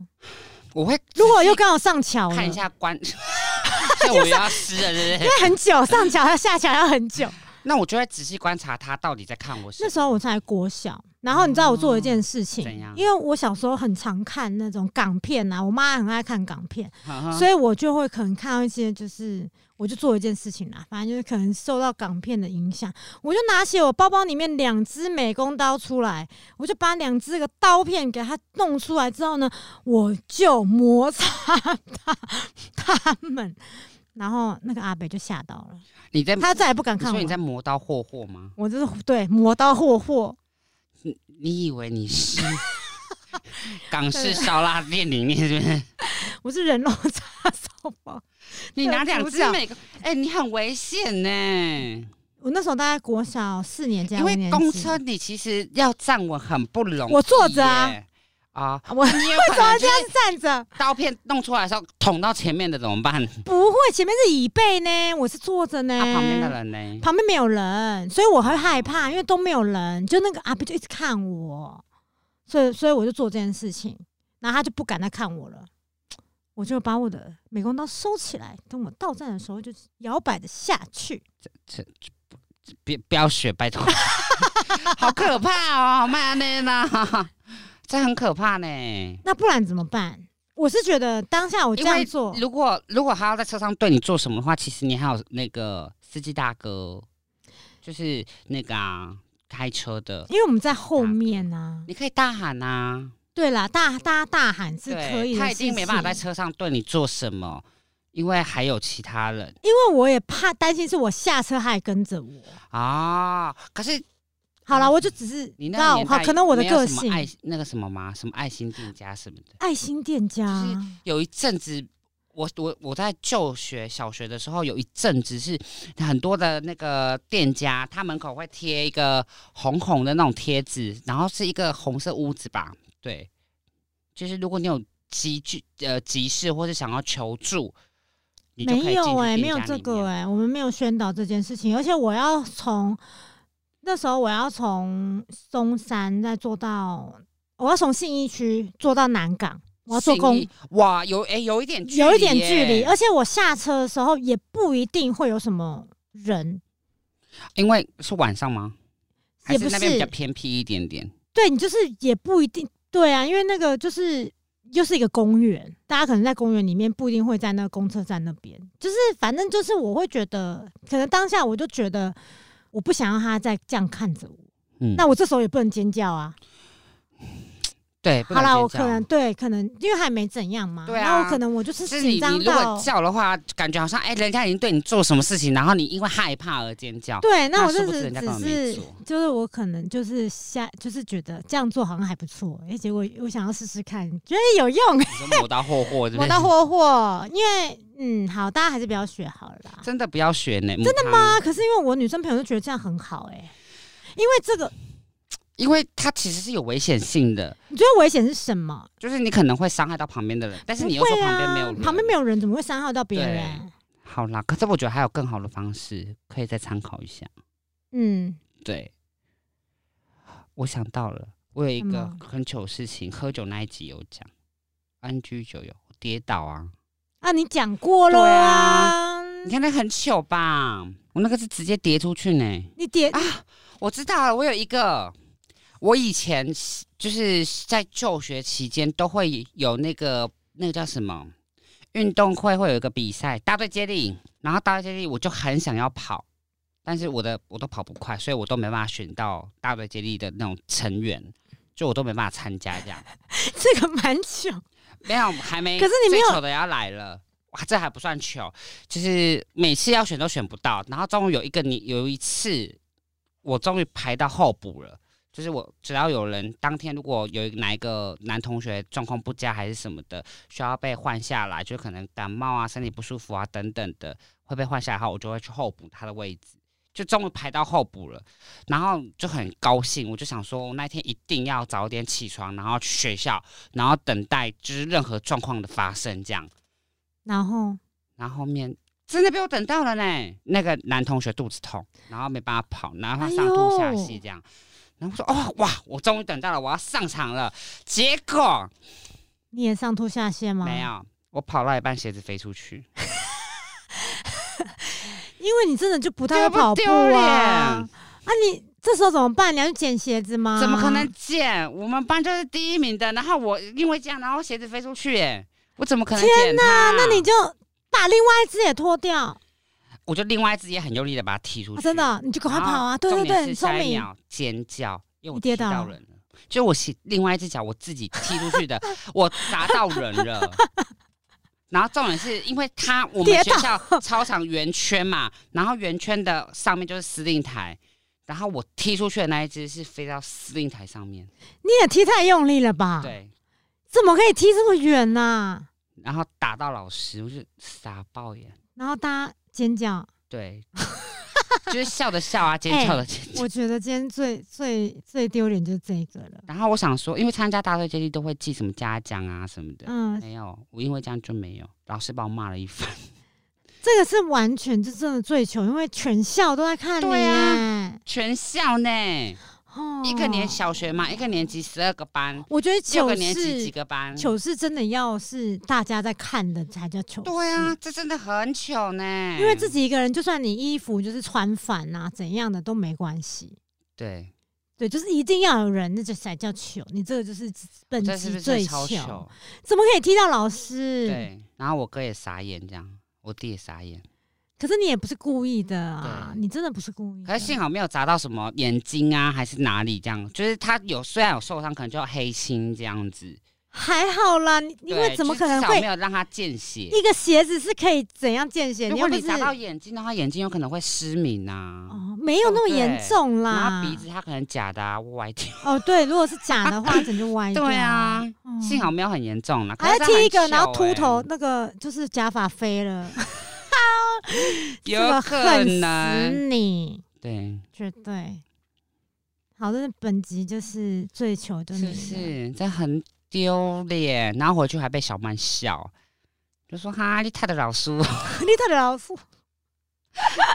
[SPEAKER 2] 我会
[SPEAKER 1] 如果又刚好上桥了，
[SPEAKER 2] 看一
[SPEAKER 1] 因
[SPEAKER 2] 下
[SPEAKER 1] *laughs*
[SPEAKER 2] 关，所以我又要湿了，对不对？
[SPEAKER 1] 为很
[SPEAKER 2] *laughs*
[SPEAKER 1] 久上桥要下桥要很久。
[SPEAKER 2] 那我就会仔细观察他到底在看我什
[SPEAKER 1] 那
[SPEAKER 2] 么。
[SPEAKER 1] 时候我才国小，然后你知道我做了一件事情，
[SPEAKER 2] 嗯怎样
[SPEAKER 1] 因为我小时候很常看那种港片啊，我妈很爱看港片，
[SPEAKER 2] 呵呵
[SPEAKER 1] 所以我就会可能看到一些，就是我就做一件事情啦，反正就是可能受到港片的影响，我就拿起我包包里面两只美工刀出来，我就把两只个刀片给它弄出来之后呢，我就摩擦它它们，然后那个阿北就吓到了，
[SPEAKER 2] 你在
[SPEAKER 1] 他再也不敢
[SPEAKER 2] 哎你
[SPEAKER 1] 看
[SPEAKER 2] 说你
[SPEAKER 1] 我。
[SPEAKER 2] 在磨刀霍霍吗？
[SPEAKER 1] 我就是对磨刀霍霍，
[SPEAKER 2] 你你以为
[SPEAKER 1] *laughs*
[SPEAKER 2] 你是港式烧腊店里面是不是？
[SPEAKER 1] 我是人肉叉烧包。 *laughs*
[SPEAKER 2] 你拿两
[SPEAKER 1] 主
[SPEAKER 2] 只
[SPEAKER 1] 角
[SPEAKER 2] 每个，哎、你很危险呢、
[SPEAKER 1] 我那时候大概国小四年级，
[SPEAKER 2] 因为公车你其实要站稳很不容易耶、
[SPEAKER 1] 我坐着啊
[SPEAKER 2] 啊，
[SPEAKER 1] 我
[SPEAKER 2] 你有可能就是
[SPEAKER 1] 站着，
[SPEAKER 2] 刀片弄出来的时候捅到前面的怎么办？
[SPEAKER 1] 不会，前面是椅背呢，我是坐着呢。
[SPEAKER 2] 啊，旁边的人呢？
[SPEAKER 1] 旁边没有人，所以我还害怕，因为都没有人，就那个阿伯就一直看我，所以所以我就做这件事情，然后他就不敢再看我了。我就把我的美工刀收起来，等我到站的时候就摇摆的下去。
[SPEAKER 2] 别不要学，拜
[SPEAKER 1] *laughs*
[SPEAKER 2] 托，好可怕哦，好慢呢啦， *laughs* 这很可怕呢、
[SPEAKER 1] 那不然怎么办？我是觉得当下我这样做，
[SPEAKER 2] 如果如果他要在车上对你做什么的话，其实你还有那个司机大哥，就是那个、啊、开车的，
[SPEAKER 1] 因为我们在后面啊。
[SPEAKER 2] 你可以大喊啊，
[SPEAKER 1] 对啦，大大家大喊是
[SPEAKER 2] 对
[SPEAKER 1] 可以的
[SPEAKER 2] 他
[SPEAKER 1] 事
[SPEAKER 2] 一
[SPEAKER 1] 情
[SPEAKER 2] 定没办法在车上对你做什么，因为还有其他人
[SPEAKER 1] 因为我也怕担心是我下车还跟着我。
[SPEAKER 2] 啊。可是
[SPEAKER 1] 好了，我就只是
[SPEAKER 2] 嗯你
[SPEAKER 1] 知
[SPEAKER 2] 那个
[SPEAKER 1] 道，
[SPEAKER 2] 年
[SPEAKER 1] 好，
[SPEAKER 2] 代
[SPEAKER 1] 可能我的
[SPEAKER 2] 没有
[SPEAKER 1] 个
[SPEAKER 2] 什么
[SPEAKER 1] 性，
[SPEAKER 2] 爱那个什么吗？什么爱心店家什么的，
[SPEAKER 1] 爱心店家
[SPEAKER 2] 就是有一阵子。我我我在就学小学的时候，有一阵子是很多的那个店家，他门口会贴一个红红的那种贴纸，然后是一个红色屋子吧，对，就是如果你有急剧呃急事或是想要求助，你就可
[SPEAKER 1] 没
[SPEAKER 2] 以进
[SPEAKER 1] 有
[SPEAKER 2] 去
[SPEAKER 1] 哎、
[SPEAKER 2] 店
[SPEAKER 1] 没有
[SPEAKER 2] 家
[SPEAKER 1] 这
[SPEAKER 2] 里
[SPEAKER 1] 个
[SPEAKER 2] 面
[SPEAKER 1] 哎、我们没有宣导这件事情，而且我要从那时候我要从松山再坐到，我要从信义区坐到南港，我要坐
[SPEAKER 2] 信
[SPEAKER 1] 公
[SPEAKER 2] 义哇，有哎、有一点距
[SPEAKER 1] 有一点距
[SPEAKER 2] 耶
[SPEAKER 1] 离，而且我下车的时候也不一定会有什么人，
[SPEAKER 2] 因为是晚上吗？还
[SPEAKER 1] 也
[SPEAKER 2] 是
[SPEAKER 1] 不
[SPEAKER 2] 那边比较
[SPEAKER 1] 是
[SPEAKER 2] 偏僻一点点。
[SPEAKER 1] 对你就是也不一定对啊，因为那个就是又是一个公园，大家可能在公园里面不一定会在那个公车站那边，就是反正就是我会觉得，可能当下我就觉得我不想让他再这样看着我，
[SPEAKER 2] 嗯，
[SPEAKER 1] 那我这时候也不能尖叫啊，
[SPEAKER 2] 对，不
[SPEAKER 1] 好啦，
[SPEAKER 2] 能
[SPEAKER 1] 我
[SPEAKER 2] 尖
[SPEAKER 1] 可
[SPEAKER 2] 叫
[SPEAKER 1] 能对，可能因为还没怎样嘛，
[SPEAKER 2] 对啊
[SPEAKER 1] 然后可能我就是
[SPEAKER 2] 就是你，
[SPEAKER 1] 紧张
[SPEAKER 2] 你如果
[SPEAKER 1] 到。
[SPEAKER 2] 叫的话，感觉好像哎、人家已经对你做什么事情，然后你因为害怕而尖叫。
[SPEAKER 1] 对，
[SPEAKER 2] 那
[SPEAKER 1] 那我
[SPEAKER 2] 殊
[SPEAKER 1] 就
[SPEAKER 2] 不知
[SPEAKER 1] 是
[SPEAKER 2] 人家
[SPEAKER 1] 只
[SPEAKER 2] 根本没
[SPEAKER 1] 是
[SPEAKER 2] 做
[SPEAKER 1] 就是我可能就是下就是觉得这样做好像还不错，哎、结果我想要试试看，觉得有用，
[SPEAKER 2] 你说磨刀霍霍，对不
[SPEAKER 1] 我
[SPEAKER 2] 对？
[SPEAKER 1] 到霍霍，因为嗯，好，大家还是不要学好了啦。
[SPEAKER 2] 真的不要学呢，真的吗？
[SPEAKER 1] 啊，可是因为我女生朋友就觉得这样很好、哎，因为这个
[SPEAKER 2] 因为它其实是有危险性的，
[SPEAKER 1] 你觉得危险是什么？
[SPEAKER 2] 就是你可能会伤害到旁边的人，但是你又
[SPEAKER 1] 不
[SPEAKER 2] 说
[SPEAKER 1] 会
[SPEAKER 2] 旁
[SPEAKER 1] 啊
[SPEAKER 2] 边没有人，
[SPEAKER 1] 旁边没有人，怎么会伤害到别人？
[SPEAKER 2] 好啦，可是我觉得还有更好的方式可以再参考一下。
[SPEAKER 1] 嗯，
[SPEAKER 2] 对，我想到了，我有一
[SPEAKER 1] 什
[SPEAKER 2] 个
[SPEAKER 1] 么
[SPEAKER 2] 很糗的事情，喝酒那一集有讲，NG 酒友跌倒啊，
[SPEAKER 1] 啊，你讲过了
[SPEAKER 2] 对
[SPEAKER 1] 啊
[SPEAKER 2] 啊，你看那很糗吧？我那个是直接跌出去呢。
[SPEAKER 1] 你点、
[SPEAKER 2] 我知道了，我有一个，我以前是就是在就学期间都会有那个那个叫什么运动会，会有一个比赛大队接力，然后大队接力我就很想要跑，但是我的我都跑不快，所以我都没办法选到大队接力的那种成员，就我都没办法参加这样。
[SPEAKER 1] 这个蛮糗，
[SPEAKER 2] 没有，还没。
[SPEAKER 1] 可是你没有
[SPEAKER 2] 最糗的要来了，哇，这还不算糗，就是每次要选都选不到，然后终于有一个你有一次，我终于排到候补了。就是我只要有人当天如果有哪一个男同学状况不佳还是什么的，需要被换下来，就可能感冒啊、身体不舒服啊等等的会被换下来的话，我就会去候补他的位置。就终于排到候补了，然后就很高兴，我就想说，我那天一定要早点起床，然后去学校然后等待就是任何状况的发生这样。
[SPEAKER 1] 然后
[SPEAKER 2] 然后后面真的被我等到了呢，那个男同学肚子痛，然后没办法跑，然后他上吐下
[SPEAKER 1] 哎
[SPEAKER 2] 泻
[SPEAKER 1] 呦
[SPEAKER 2] 这样。然后我说：“哦哇，我终于等到了，我要上场了。”结果
[SPEAKER 1] 你也上吐下泻吗？
[SPEAKER 2] 没，有，我跑到一半鞋子飞出去，
[SPEAKER 1] 因为你真的就不太会
[SPEAKER 2] 丢啊不
[SPEAKER 1] 跑步
[SPEAKER 2] 丢脸
[SPEAKER 1] 啊。啊，你这时候怎么办？你要去捡鞋子吗？
[SPEAKER 2] 怎么可能捡？我们班就是第一名的，然后我因为这样，然后鞋子飞出去，哎，我怎么可能捡它？
[SPEAKER 1] 那你就把另外一只也脱掉，啊
[SPEAKER 2] 我就另外一只也很用力的把它踢出去，
[SPEAKER 1] 真的哦，你就赶快
[SPEAKER 2] 然
[SPEAKER 1] 跑
[SPEAKER 2] 后
[SPEAKER 1] 啊！对
[SPEAKER 2] 重
[SPEAKER 1] 对
[SPEAKER 2] 点
[SPEAKER 1] 对，
[SPEAKER 2] 是
[SPEAKER 1] 很聪
[SPEAKER 2] 下一
[SPEAKER 1] 明。
[SPEAKER 2] 秒尖叫，因为我
[SPEAKER 1] 你跌
[SPEAKER 2] 踢到
[SPEAKER 1] 倒
[SPEAKER 2] 人了，就我是另外一只脚我自己踢出
[SPEAKER 1] *laughs*
[SPEAKER 2] 去的，我砸到人了。然后重点是因为他我们
[SPEAKER 1] 跌
[SPEAKER 2] 学
[SPEAKER 1] 倒
[SPEAKER 2] 校
[SPEAKER 1] *laughs*
[SPEAKER 2] 操场圆圈嘛，然后圆圈的上面就是司令台，然后我踢出去的那一只是飞到司令台上面，
[SPEAKER 1] 你也踢太用力了吧？，
[SPEAKER 2] 对，
[SPEAKER 1] 怎么可以踢这么远呢、
[SPEAKER 2] 然后打到老师，我就傻爆眼，
[SPEAKER 1] 然后大家尖
[SPEAKER 2] *laughs*
[SPEAKER 1] 叫， *laughs*
[SPEAKER 2] 对，就是笑的笑啊，尖
[SPEAKER 1] 哎
[SPEAKER 2] 叫的尖叫。
[SPEAKER 1] 我觉得今天最最最丢脸就是这个了。
[SPEAKER 2] 然后我想说，因为参加大队接力都会记什么嘉奖啊什么的，
[SPEAKER 1] 嗯，
[SPEAKER 2] 没有，我因为这样就没有，老师把我骂了一番。 *laughs*
[SPEAKER 1] 这个是完全就真的最糗，因为全校都在看你
[SPEAKER 2] 对
[SPEAKER 1] 耶。
[SPEAKER 2] 全校呢，
[SPEAKER 1] 哦
[SPEAKER 2] 一个年小学嘛，一个年级十二个班，
[SPEAKER 1] 我觉得
[SPEAKER 2] 六
[SPEAKER 1] 糗
[SPEAKER 2] 个年级几
[SPEAKER 1] 事，
[SPEAKER 2] 个班？
[SPEAKER 1] 糗事真的要是大家在看的才叫糗事。
[SPEAKER 2] 对啊，哎这真的很糗呢。
[SPEAKER 1] 嗯因为自己一个人，就算你衣服就是穿反啊怎样的都没关系。
[SPEAKER 2] 对，
[SPEAKER 1] 对，就是一定要有人，那就才叫糗。你这个就是本
[SPEAKER 2] 这是不
[SPEAKER 1] 集
[SPEAKER 2] 是真
[SPEAKER 1] 最
[SPEAKER 2] 的超
[SPEAKER 1] 糗
[SPEAKER 2] 糗？，
[SPEAKER 1] 怎么可以踢到老师？，
[SPEAKER 2] 对。然后我哥也傻眼，这样，我弟也傻眼。
[SPEAKER 1] 可是你也不是故意的啊，
[SPEAKER 2] 对
[SPEAKER 1] 你真的不是故意的。
[SPEAKER 2] 可是幸好没有砸到什么眼睛啊，还是哪里这样，就是他有虽然有受伤，可能就有黑心这样子。
[SPEAKER 1] 还好啦，你因为
[SPEAKER 2] 对
[SPEAKER 1] 怎么
[SPEAKER 2] 就
[SPEAKER 1] 可能
[SPEAKER 2] 至少没
[SPEAKER 1] 会
[SPEAKER 2] 有让他见血？
[SPEAKER 1] 一个鞋子是可以怎样见血？
[SPEAKER 2] 如
[SPEAKER 1] 又
[SPEAKER 2] 果
[SPEAKER 1] 不
[SPEAKER 2] 你
[SPEAKER 1] 是
[SPEAKER 2] 砸到眼睛的话，眼睛有可能会失明啊。
[SPEAKER 1] 哦，没有那么严重
[SPEAKER 2] 然
[SPEAKER 1] 啦
[SPEAKER 2] 后。鼻子它可能假的啊，歪掉。
[SPEAKER 1] 哦，对，如果是假的
[SPEAKER 2] *laughs*
[SPEAKER 1] 话，整就歪掉。
[SPEAKER 2] 对啊，
[SPEAKER 1] 嗯，
[SPEAKER 2] 幸好没有很严重啦。可
[SPEAKER 1] 还
[SPEAKER 2] 是
[SPEAKER 1] 要
[SPEAKER 2] 这
[SPEAKER 1] 踢一
[SPEAKER 2] 很
[SPEAKER 1] 个，然后
[SPEAKER 2] 糗
[SPEAKER 1] 秃头
[SPEAKER 2] 欸，
[SPEAKER 1] 那个就是假发飞了，
[SPEAKER 2] *laughs*
[SPEAKER 1] 这
[SPEAKER 2] 有
[SPEAKER 1] 个
[SPEAKER 2] 可
[SPEAKER 1] 恨
[SPEAKER 2] 能。
[SPEAKER 1] 死你，
[SPEAKER 2] 对，
[SPEAKER 1] 绝对。好，这是本集就是最糗的
[SPEAKER 2] 是
[SPEAKER 1] 你
[SPEAKER 2] 不
[SPEAKER 1] 了。
[SPEAKER 2] 是？这很丢脸，然后回去还被小曼笑。就说哈，你太的老
[SPEAKER 1] *laughs*
[SPEAKER 2] 师，
[SPEAKER 1] 你特别老师，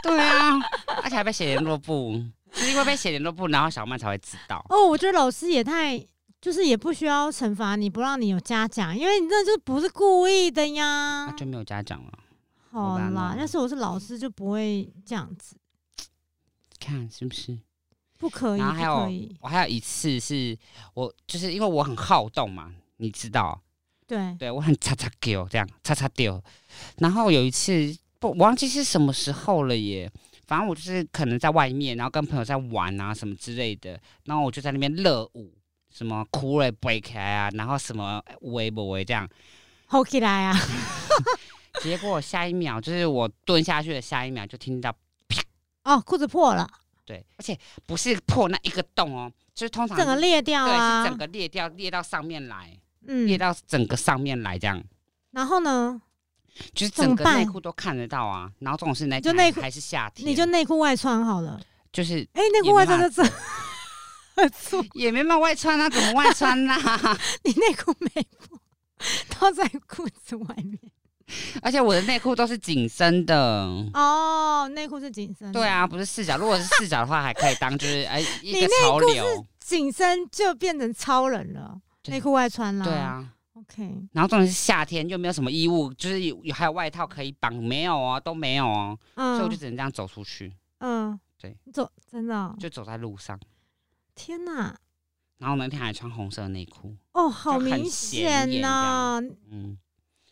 [SPEAKER 2] 对啊， *laughs* 而且还被写联络簿，是因为被写联络簿，然后小曼才会知道。
[SPEAKER 1] 哦，我觉得老师也太，就是也不需要惩罚你，不让你有嘉奖，因为你那就不是故意的呀
[SPEAKER 2] 啊、。就没有家长了，
[SPEAKER 1] 好
[SPEAKER 2] 没办
[SPEAKER 1] 啦
[SPEAKER 2] 法，
[SPEAKER 1] 要是我是老师就不会这样子，
[SPEAKER 2] 看是不是？
[SPEAKER 1] 不可以，
[SPEAKER 2] 然后还有
[SPEAKER 1] 不可以。
[SPEAKER 2] 我还有一次是我就是因为我很好动嘛，你知道，
[SPEAKER 1] 对，
[SPEAKER 2] 对我很叉叉丢这样叉叉丢。然后有一次不我忘记是什么时候了耶，反正我就是可能在外面，然后跟朋友在玩啊什么之类的，然后我就在那边热舞，什么哭了 break 啊，然后什么微不微这样。
[SPEAKER 1] 吼起来啊！
[SPEAKER 2] 结果下一秒就是我蹲下去的下一秒就听到
[SPEAKER 1] 哦，裤子破了，
[SPEAKER 2] 对，而且不是破那一个洞哦，就是通常
[SPEAKER 1] 整个
[SPEAKER 2] 是
[SPEAKER 1] 裂掉
[SPEAKER 2] 对，
[SPEAKER 1] 啊
[SPEAKER 2] 是。整个裂掉，裂到上面来，裂
[SPEAKER 1] 嗯，
[SPEAKER 2] 到整个上面来，这样
[SPEAKER 1] 然后呢，
[SPEAKER 2] 就是
[SPEAKER 1] 怎么
[SPEAKER 2] 整个内
[SPEAKER 1] 办
[SPEAKER 2] 裤都看得到啊。然后这种事那
[SPEAKER 1] 就
[SPEAKER 2] 天
[SPEAKER 1] 内
[SPEAKER 2] 还
[SPEAKER 1] 裤
[SPEAKER 2] 还是夏天，
[SPEAKER 1] 你就内裤外穿好了。
[SPEAKER 2] 就是
[SPEAKER 1] 哎，内裤外穿就这，粗，
[SPEAKER 2] 也没办法外穿啊，怎 *laughs* 么外穿啦、
[SPEAKER 1] *laughs* 你内裤没破，都在裤子外面。
[SPEAKER 2] 而且我的内裤都是紧身的。
[SPEAKER 1] 哦，内裤是紧身。
[SPEAKER 2] 对，啊，不是四角。如果是四角的话，还可以当就是哎一
[SPEAKER 1] 你
[SPEAKER 2] 个潮流。
[SPEAKER 1] 紧身就变成超人了，
[SPEAKER 2] 对
[SPEAKER 1] 内裤外穿啦。
[SPEAKER 2] 对。啊，
[SPEAKER 1] OK，
[SPEAKER 2] 然后重点是夏天，又没有什么衣物，就是有还有外套可以绑，没有哦，都没有哦，所以我就
[SPEAKER 1] 嗯
[SPEAKER 2] 只能这样走出去，
[SPEAKER 1] 嗯，
[SPEAKER 2] 对，
[SPEAKER 1] 走，真的哦、
[SPEAKER 2] 就走在路上。
[SPEAKER 1] 天哪！
[SPEAKER 2] 然后那天还穿红色的内裤，
[SPEAKER 1] 哦，好
[SPEAKER 2] 就很
[SPEAKER 1] 明
[SPEAKER 2] 显眼
[SPEAKER 1] 显哦
[SPEAKER 2] 这
[SPEAKER 1] 呐、
[SPEAKER 2] 样嗯，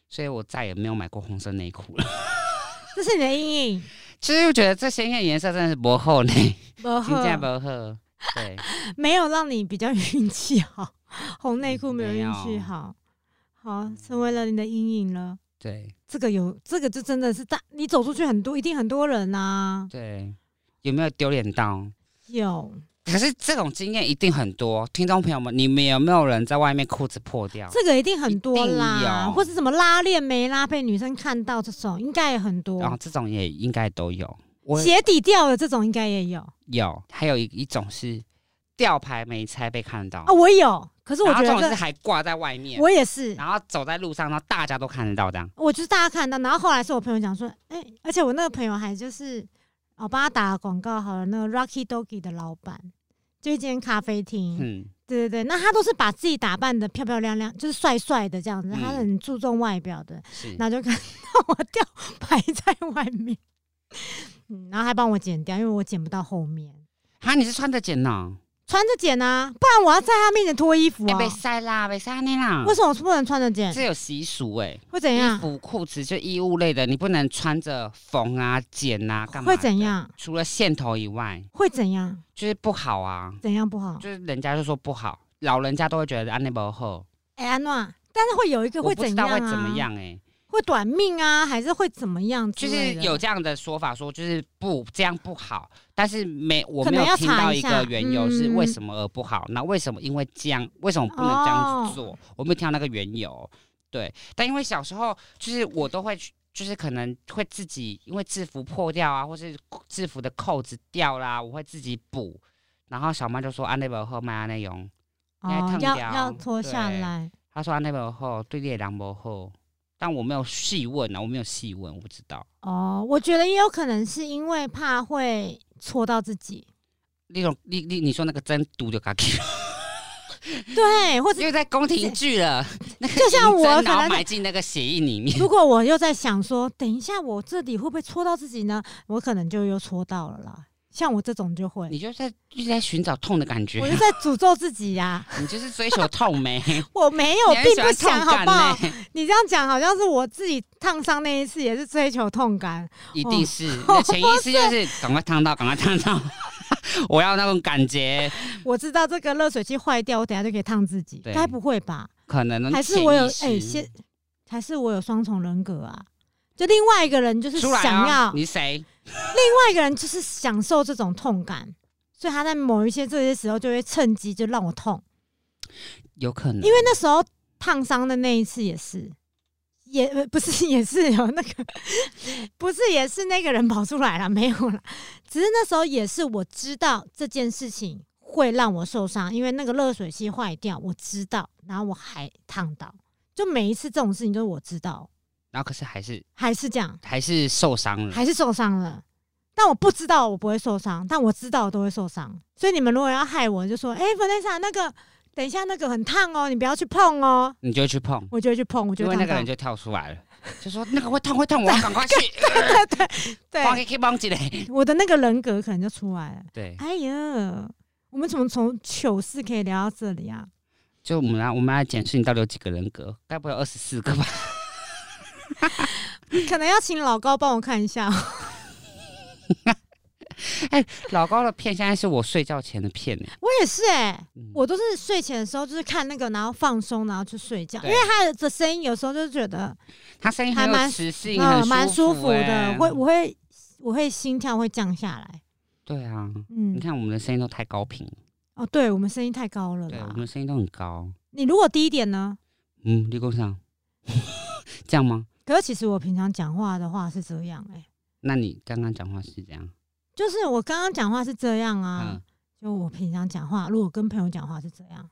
[SPEAKER 2] 所以我再也没有买过红色内裤了。 *laughs*
[SPEAKER 1] 这是你的阴影。
[SPEAKER 2] 其实我觉得这鲜艳颜色真的是薄厚呢，
[SPEAKER 1] 不
[SPEAKER 2] 真的
[SPEAKER 1] 喝，
[SPEAKER 2] 薄厚。对，
[SPEAKER 1] 没有让你比较 *laughs* 运气好，红内裤没有
[SPEAKER 2] 嗯没
[SPEAKER 1] 运
[SPEAKER 2] 有嗯
[SPEAKER 1] 气好，好成为了你的阴影了。
[SPEAKER 2] 对，
[SPEAKER 1] 这个有，这个就真的是大，你走出去很多，一定很多人呐、
[SPEAKER 2] 对，有没有丢脸到？
[SPEAKER 1] 有，
[SPEAKER 2] 可是这种经验一定很多，听众朋友们，你们有没有人在外面裤子破掉？
[SPEAKER 1] 这个一定很多
[SPEAKER 2] 一定
[SPEAKER 1] 啦，
[SPEAKER 2] 有
[SPEAKER 1] 或是什么拉链没拉被女生看到这种，应该也很多。
[SPEAKER 2] 然后这种也应该都有，我啊
[SPEAKER 1] 鞋底掉了这种应该也有
[SPEAKER 2] 有，还有一一种是吊牌没拆被看到，
[SPEAKER 1] 啊，我有，可是我
[SPEAKER 2] 然
[SPEAKER 1] 觉
[SPEAKER 2] 后
[SPEAKER 1] 得
[SPEAKER 2] 这种
[SPEAKER 1] 这
[SPEAKER 2] 是还挂在外面，
[SPEAKER 1] 我也是，
[SPEAKER 2] 然后走在路上，然后大家都看得到这样。
[SPEAKER 1] 我就是大家看到，然后后来是我朋友讲说，哎、而且我那个朋友还就是我帮他打广告好了，那个 Rocky Doggy 的老板，就一间咖啡厅，
[SPEAKER 2] 嗯，
[SPEAKER 1] 对对对，那他都是把自己打扮的漂漂亮亮，就是帅帅的这样子，
[SPEAKER 2] 嗯
[SPEAKER 1] 他很注重外表的，
[SPEAKER 2] 是。
[SPEAKER 1] 那就看到我吊牌在外面， *laughs* 嗯，然后还帮我剪掉，因为我剪不到后面，
[SPEAKER 2] 啊，你是穿着剪呢？
[SPEAKER 1] 穿着剪啊，不然我要在他面前脱衣服
[SPEAKER 2] 哎、 *laughs*
[SPEAKER 1] 啊，
[SPEAKER 2] 被晒啦，被晒你啦
[SPEAKER 1] 为。什么我不能穿着剪？
[SPEAKER 2] 这有习俗哎、
[SPEAKER 1] *laughs* 会怎
[SPEAKER 2] 衣
[SPEAKER 1] 样？
[SPEAKER 2] 服、裤子就衣物类的，你不能穿着缝啊、剪啊，干嘛？
[SPEAKER 1] 会怎？样？
[SPEAKER 2] 除了线头以外，
[SPEAKER 1] 会怎样？
[SPEAKER 2] 就是不好啊，
[SPEAKER 1] 怎样不好？
[SPEAKER 2] 就是人家就说不好，老人家都会觉得安内不好，
[SPEAKER 1] 哎、安诺，但是会有一个
[SPEAKER 2] 我
[SPEAKER 1] 会
[SPEAKER 2] 不
[SPEAKER 1] 怎
[SPEAKER 2] 知
[SPEAKER 1] 样、
[SPEAKER 2] 道
[SPEAKER 1] 啊？
[SPEAKER 2] 会怎么？样哎、
[SPEAKER 1] 会短命啊，还是会怎么样之
[SPEAKER 2] 就
[SPEAKER 1] 类
[SPEAKER 2] 是
[SPEAKER 1] 的？
[SPEAKER 2] 有这样的说法，说就是不这样不好，但是没我
[SPEAKER 1] 可
[SPEAKER 2] 没
[SPEAKER 1] 能要
[SPEAKER 2] 有听
[SPEAKER 1] 查
[SPEAKER 2] 到
[SPEAKER 1] 一
[SPEAKER 2] 一
[SPEAKER 1] 下
[SPEAKER 2] 个缘由是
[SPEAKER 1] 嗯
[SPEAKER 2] 为什么而不好，那为什么因为这样，为什么不能这样
[SPEAKER 1] 哦
[SPEAKER 2] 子做？我没有听到那个缘由。对，但因为小时候就是我都会去，就是可能会自己因为制服破掉啊，或是制服的扣子掉啦，我会自己补。然后小曼就说：“安内不好，买安内用。要
[SPEAKER 1] 哦
[SPEAKER 2] 烫，
[SPEAKER 1] 要
[SPEAKER 2] 掉
[SPEAKER 1] 要脱下
[SPEAKER 2] 对
[SPEAKER 1] 来。”
[SPEAKER 2] 她说：“安内不好，对你人不好。”但我没有细问啊，我没有细问，我不知道。
[SPEAKER 1] 哦，我觉得也有可能是因为怕会戳到自己，
[SPEAKER 2] 那种你你你说那个真毒的嘎叽，
[SPEAKER 1] 对， *laughs* 或者
[SPEAKER 2] 又在宫廷剧了，那个
[SPEAKER 1] 就像
[SPEAKER 2] 银针
[SPEAKER 1] 我可
[SPEAKER 2] 然后
[SPEAKER 1] 能
[SPEAKER 2] 埋进那个血液里面，
[SPEAKER 1] 如果我又在想说，等一下我这里会不会戳到自己呢？我可能就又戳到了啦。像我这种就会，
[SPEAKER 2] *laughs* 你就在一直在寻找痛的感觉
[SPEAKER 1] 我，就在诅咒自己呀、
[SPEAKER 2] *laughs* 你就是追求
[SPEAKER 1] *laughs*
[SPEAKER 2] 痛没？
[SPEAKER 1] 我没有，
[SPEAKER 2] 你很
[SPEAKER 1] 并
[SPEAKER 2] 喜
[SPEAKER 1] 不
[SPEAKER 2] 欢痛
[SPEAKER 1] 想，好
[SPEAKER 2] 感欸
[SPEAKER 1] 不好？
[SPEAKER 2] 呢，
[SPEAKER 1] 你这样讲好像是我自己烫伤那一次，也是追求痛感。
[SPEAKER 2] *laughs* 一
[SPEAKER 1] 哦
[SPEAKER 2] 定是你的潜意识就是
[SPEAKER 1] *laughs*
[SPEAKER 2] 赶快烫到，赶快烫到， *laughs* 我要那种感觉，
[SPEAKER 1] 我知道这个热水器坏掉，我等下就可以烫自己，
[SPEAKER 2] 嗯对
[SPEAKER 1] 该不会吧？
[SPEAKER 2] 可能
[SPEAKER 1] 还是我有哎
[SPEAKER 2] 潜意识
[SPEAKER 1] 先，还是我有双重人格啊？就另外一个人就是
[SPEAKER 2] 出来
[SPEAKER 1] 想要，
[SPEAKER 2] 哦，你是谁？
[SPEAKER 1] 另外一个人就是享受这种痛感，所以他在某一些这些时候就会趁机就让我痛，
[SPEAKER 2] 有可能，
[SPEAKER 1] 因为那时候烫伤的那一次也是。也呃不是， *laughs* 也是有那个，不是也是那个人跑出来了，没有了。只是那时候也是我知道这件事情会让我受伤，因为那个热水器坏掉，我知道，然后我还烫到。就每一次这种事情都是我知道，
[SPEAKER 2] 然后可是还是
[SPEAKER 1] 还是这样，
[SPEAKER 2] 还是受伤了。
[SPEAKER 1] 还是受伤了。但我不知道我不会受伤，但我知道我都会受伤。所以你们如果要害我，就说：“哎、v a n e s s a 那个等一下那个很烫哦，你不要去碰哦。
[SPEAKER 2] 你就会去碰”，
[SPEAKER 1] 我就会去碰，我就
[SPEAKER 2] 因
[SPEAKER 1] 会
[SPEAKER 2] 为那
[SPEAKER 1] 烫
[SPEAKER 2] 个
[SPEAKER 1] 到
[SPEAKER 2] 人。就跳出来了，就说那个会痛会
[SPEAKER 1] *laughs*
[SPEAKER 2] 痛，我要赶快去，
[SPEAKER 1] 对，
[SPEAKER 2] 帮给 K 帮起来。
[SPEAKER 1] 我的那个人格可能就出来了。
[SPEAKER 2] 对，
[SPEAKER 1] 哎呀，我们怎么从糗事可以聊到这里啊？
[SPEAKER 2] 就我们来我们来检视你到底有几个人格，该不会有二十四个吧？
[SPEAKER 1] *laughs* 可能要请老高帮我看一下。哦
[SPEAKER 2] 老高的片现在是我睡觉前的片呢、
[SPEAKER 1] *laughs* 我也是哎、
[SPEAKER 2] 嗯
[SPEAKER 1] 我都是睡前的时候就是看那个，然后放松，然后去睡觉。因
[SPEAKER 2] 对
[SPEAKER 1] 为他的声音有时候就觉得
[SPEAKER 2] 他声音很
[SPEAKER 1] 还
[SPEAKER 2] 有
[SPEAKER 1] 蛮
[SPEAKER 2] 磁性，
[SPEAKER 1] 嗯
[SPEAKER 2] 很
[SPEAKER 1] 蛮舒服
[SPEAKER 2] 服
[SPEAKER 1] 的
[SPEAKER 2] 欸，
[SPEAKER 1] 会我会我会心跳会降下来。
[SPEAKER 2] 对啊，你
[SPEAKER 1] 嗯，
[SPEAKER 2] 看我们的声音都太高频，
[SPEAKER 1] 哦，对我们声音太高了
[SPEAKER 2] 对，我
[SPEAKER 1] 啦
[SPEAKER 2] 们。的声音都很高。
[SPEAKER 1] 你如果低一点呢？
[SPEAKER 2] 嗯，立功上， *laughs* 这样吗？
[SPEAKER 1] 可是其实我平常讲话的话是这样哎、
[SPEAKER 2] 那你刚刚讲话是这样？
[SPEAKER 1] 就是我刚刚讲话是这样啊。
[SPEAKER 2] 嗯，
[SPEAKER 1] 就我平常讲话，如果跟朋友讲话是这样，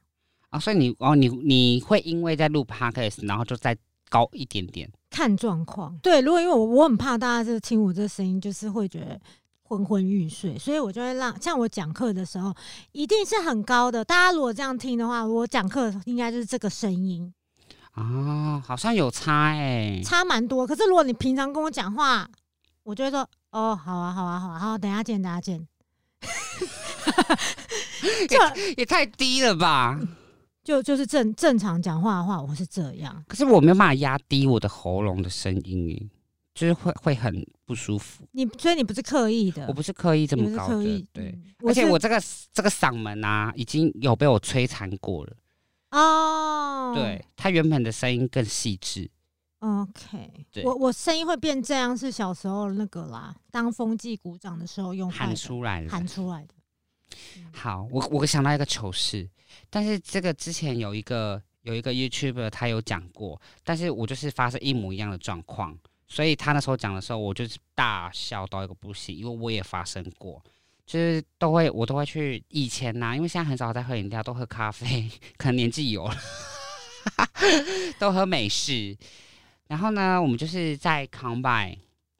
[SPEAKER 2] 啊，所以你哦，你你会因为在录 podcast，然后就再高一点点。
[SPEAKER 1] 看状况。对，如果因为我我很怕大家就是听我这声音，就是会觉得昏昏欲睡，所以我就会让像我讲课的时候，一定是很高的。大家如果这样听的话，我讲课应该就是这个声音，
[SPEAKER 2] 啊，好像有差
[SPEAKER 1] *laughs*
[SPEAKER 2] 哎、
[SPEAKER 1] 差蛮多。可是如果你平常跟我讲话，我就会说哦，好啊，好啊，好啊，好，等一下见，等一下见。就
[SPEAKER 2] 也太低了吧？
[SPEAKER 1] 就就是正正常讲话的话，我是这样。
[SPEAKER 2] 可是我没有办法压低我的喉咙的声音哎、就是会会很不舒服。
[SPEAKER 1] 你所以你不是刻意的，
[SPEAKER 2] 我不是刻意这
[SPEAKER 1] 嗯你不
[SPEAKER 2] 么
[SPEAKER 1] 是
[SPEAKER 2] 高
[SPEAKER 1] 刻意
[SPEAKER 2] 的，，对。
[SPEAKER 1] 嗯，
[SPEAKER 2] 而且
[SPEAKER 1] 是
[SPEAKER 2] 我这个这个嗓门啊，已经有被我摧残过了。
[SPEAKER 1] 哦，
[SPEAKER 2] 对，它原本的声音更细致。
[SPEAKER 1] OK，
[SPEAKER 2] 对
[SPEAKER 1] 我我声音会变这样，是小时候那个啦，当风纪鼓掌的时候用坏
[SPEAKER 2] 喊
[SPEAKER 1] 哦的
[SPEAKER 2] 出来了。
[SPEAKER 1] 喊出来的。
[SPEAKER 2] 好，我我想到一个糗事，但是这个之前有一个有一个 YouTuber 他有讲过，但是我就是发生一模一样的状况，所以他那时候讲的时候，我就是大笑到一个不行，因为我也发生过。就是都会，我都会去以前呐、因为现在很少在喝饮料，都喝咖啡，可能年纪有了， *laughs* 都喝美式。然后呢，我们就是在 Combine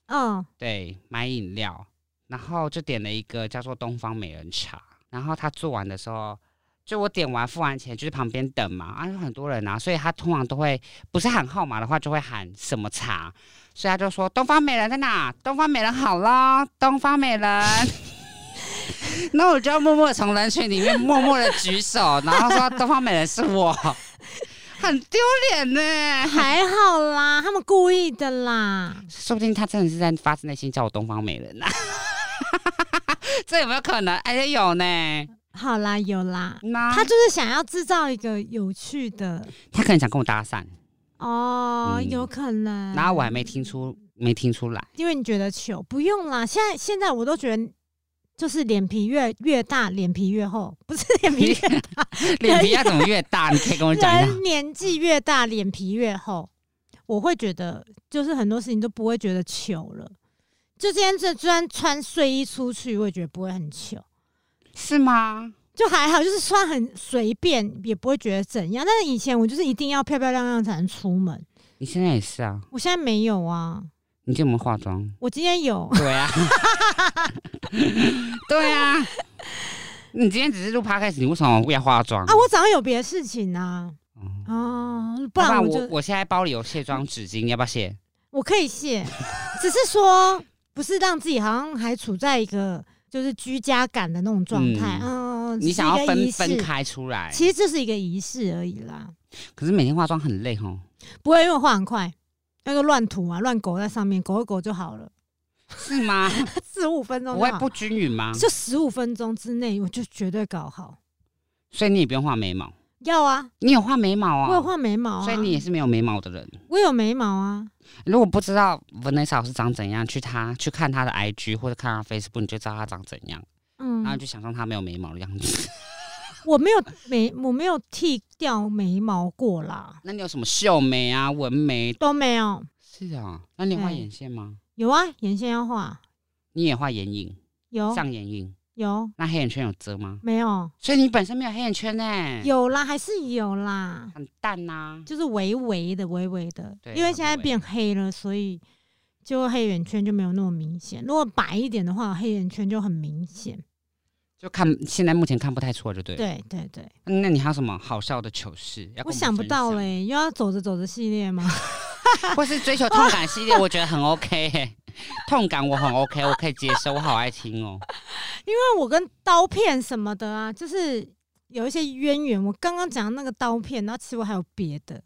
[SPEAKER 1] 嗯，
[SPEAKER 2] 对，买饮料，然后就点了一个叫做东方美人茶。然后他做完的时候，就我点完付完钱，就是旁边等嘛，啊，有很多人啊，所以他通常都会不是喊号码的话，就会喊什么茶，所以他就说东方美人在哪？东方美人好咯，东方美人。 *laughs* 那我就要默默地从人群里面默默的举手，然后说东方美人是我， *laughs* 很丢脸呢。
[SPEAKER 1] 还好啦，他们故意的啦。
[SPEAKER 2] 说不定他真的是在发自内心叫我东方美人呐、啊。 *laughs* 这有没有可能？哎，有呢。
[SPEAKER 1] 好啦，有啦，
[SPEAKER 2] 那
[SPEAKER 1] 他
[SPEAKER 2] 他
[SPEAKER 1] 就是想要制造一个有趣的
[SPEAKER 2] 他可能想跟我搭讪，
[SPEAKER 1] 哦，
[SPEAKER 2] 嗯
[SPEAKER 1] 有可能。
[SPEAKER 2] 然后我还没听出，没听出来。
[SPEAKER 1] *laughs* 因为你觉得糗，不用啦。现在现在我都觉得，就是脸皮越越大，脸皮越厚，不是脸
[SPEAKER 2] *laughs*
[SPEAKER 1] 皮越
[SPEAKER 2] 脸皮要怎么越大？你可以跟我讲
[SPEAKER 1] *laughs*
[SPEAKER 2] 一下。
[SPEAKER 1] 人年纪越大，脸皮越厚，我会觉得就是很多事情都不会觉得糗了。就今天这穿穿睡衣出去，我也觉得不会很糗，
[SPEAKER 2] 是吗？
[SPEAKER 1] 就还好，就是穿很随便，也不会觉得怎样。但是以前我就是一定要漂漂亮亮才能出门，
[SPEAKER 2] 你现在也是啊？
[SPEAKER 1] 我现在没有
[SPEAKER 2] 嗯
[SPEAKER 1] 啊。
[SPEAKER 2] 你今天有没有化妆？
[SPEAKER 1] 我今天有，
[SPEAKER 2] 对啊， *laughs* 对啊。你今天只是录 podcast，你为什么要化妆
[SPEAKER 1] 啊，我早上有别的事情啊，
[SPEAKER 2] 嗯
[SPEAKER 1] 哦、不
[SPEAKER 2] 不
[SPEAKER 1] 然
[SPEAKER 2] 然
[SPEAKER 1] 我
[SPEAKER 2] 我
[SPEAKER 1] 就
[SPEAKER 2] 我现在包里有卸妆纸巾，你要不要卸？
[SPEAKER 1] 我可以卸， *laughs* 只是说不是让自己好像还处在一个就是居家感的那种状态。嗯，只是
[SPEAKER 2] 你想要
[SPEAKER 1] 一个
[SPEAKER 2] 分
[SPEAKER 1] 仪
[SPEAKER 2] 分
[SPEAKER 1] 式，
[SPEAKER 2] 开出来。
[SPEAKER 1] 其实这是一个仪式而已啦，
[SPEAKER 2] 可是每天化妆很累
[SPEAKER 1] *laughs*
[SPEAKER 2] 哦。
[SPEAKER 1] 不会因为我画很快，那个乱涂啊，乱狗在上面，狗一狗就好了，
[SPEAKER 2] 是吗？
[SPEAKER 1] 四五分钟
[SPEAKER 2] 不
[SPEAKER 1] 就
[SPEAKER 2] 会
[SPEAKER 1] 好
[SPEAKER 2] 不均匀吗？
[SPEAKER 1] 就十五分钟之内我就绝对搞好。
[SPEAKER 2] 所以你也不用画眉毛，
[SPEAKER 1] 要啊，
[SPEAKER 2] 你有画眉毛啊、
[SPEAKER 1] 我有画眉毛啊，
[SPEAKER 2] 所以你也是没有眉毛的人。
[SPEAKER 1] 我有眉毛啊，
[SPEAKER 2] 如果不知道 Vanessa 老师长怎样，去他去看他的 IG 或者看他 Facebook，你就知道他长怎样，然后
[SPEAKER 1] 嗯
[SPEAKER 2] 你，就想象他没有眉毛的样子。 *laughs*
[SPEAKER 1] 我没有眉，我没有剃掉眉毛过啦，
[SPEAKER 2] 那你有什么秀眉啊、纹眉？
[SPEAKER 1] 都没有。
[SPEAKER 2] 是啊，那你有画
[SPEAKER 1] 对
[SPEAKER 2] 眼线吗？
[SPEAKER 1] 有啊，眼线要画，
[SPEAKER 2] 你也画眼影、
[SPEAKER 1] 有
[SPEAKER 2] 上眼影？
[SPEAKER 1] 有
[SPEAKER 2] 那黑眼圈有遮吗？
[SPEAKER 1] 没有？
[SPEAKER 2] 所以你本身没有黑眼圈呢、
[SPEAKER 1] 有啦，还是有啦，
[SPEAKER 2] 很淡啊呐、
[SPEAKER 1] 就是微微的、微微的。
[SPEAKER 2] 对
[SPEAKER 1] 因为现在
[SPEAKER 2] 很微
[SPEAKER 1] 变黑了，所以就黑眼圈就没有那么明显。如果白一点的话，黑眼圈就很明显。
[SPEAKER 2] 就看现在目前看不太出来，就对。。
[SPEAKER 1] 对对对，
[SPEAKER 2] 那你还有什么好笑的糗事？要跟
[SPEAKER 1] 我
[SPEAKER 2] 们
[SPEAKER 1] 想不
[SPEAKER 2] 分
[SPEAKER 1] 到
[SPEAKER 2] 享，
[SPEAKER 1] 嘞，又要走着走着系列吗？ *laughs*
[SPEAKER 2] 或是追求痛感系列，我觉得很 OK，、欸、痛感我很 OK，我可以接受，我好爱听哦、
[SPEAKER 1] 因为我跟刀片什么的啊，就是有一些渊源。我刚刚讲的那个刀片，然后其实我还有别的，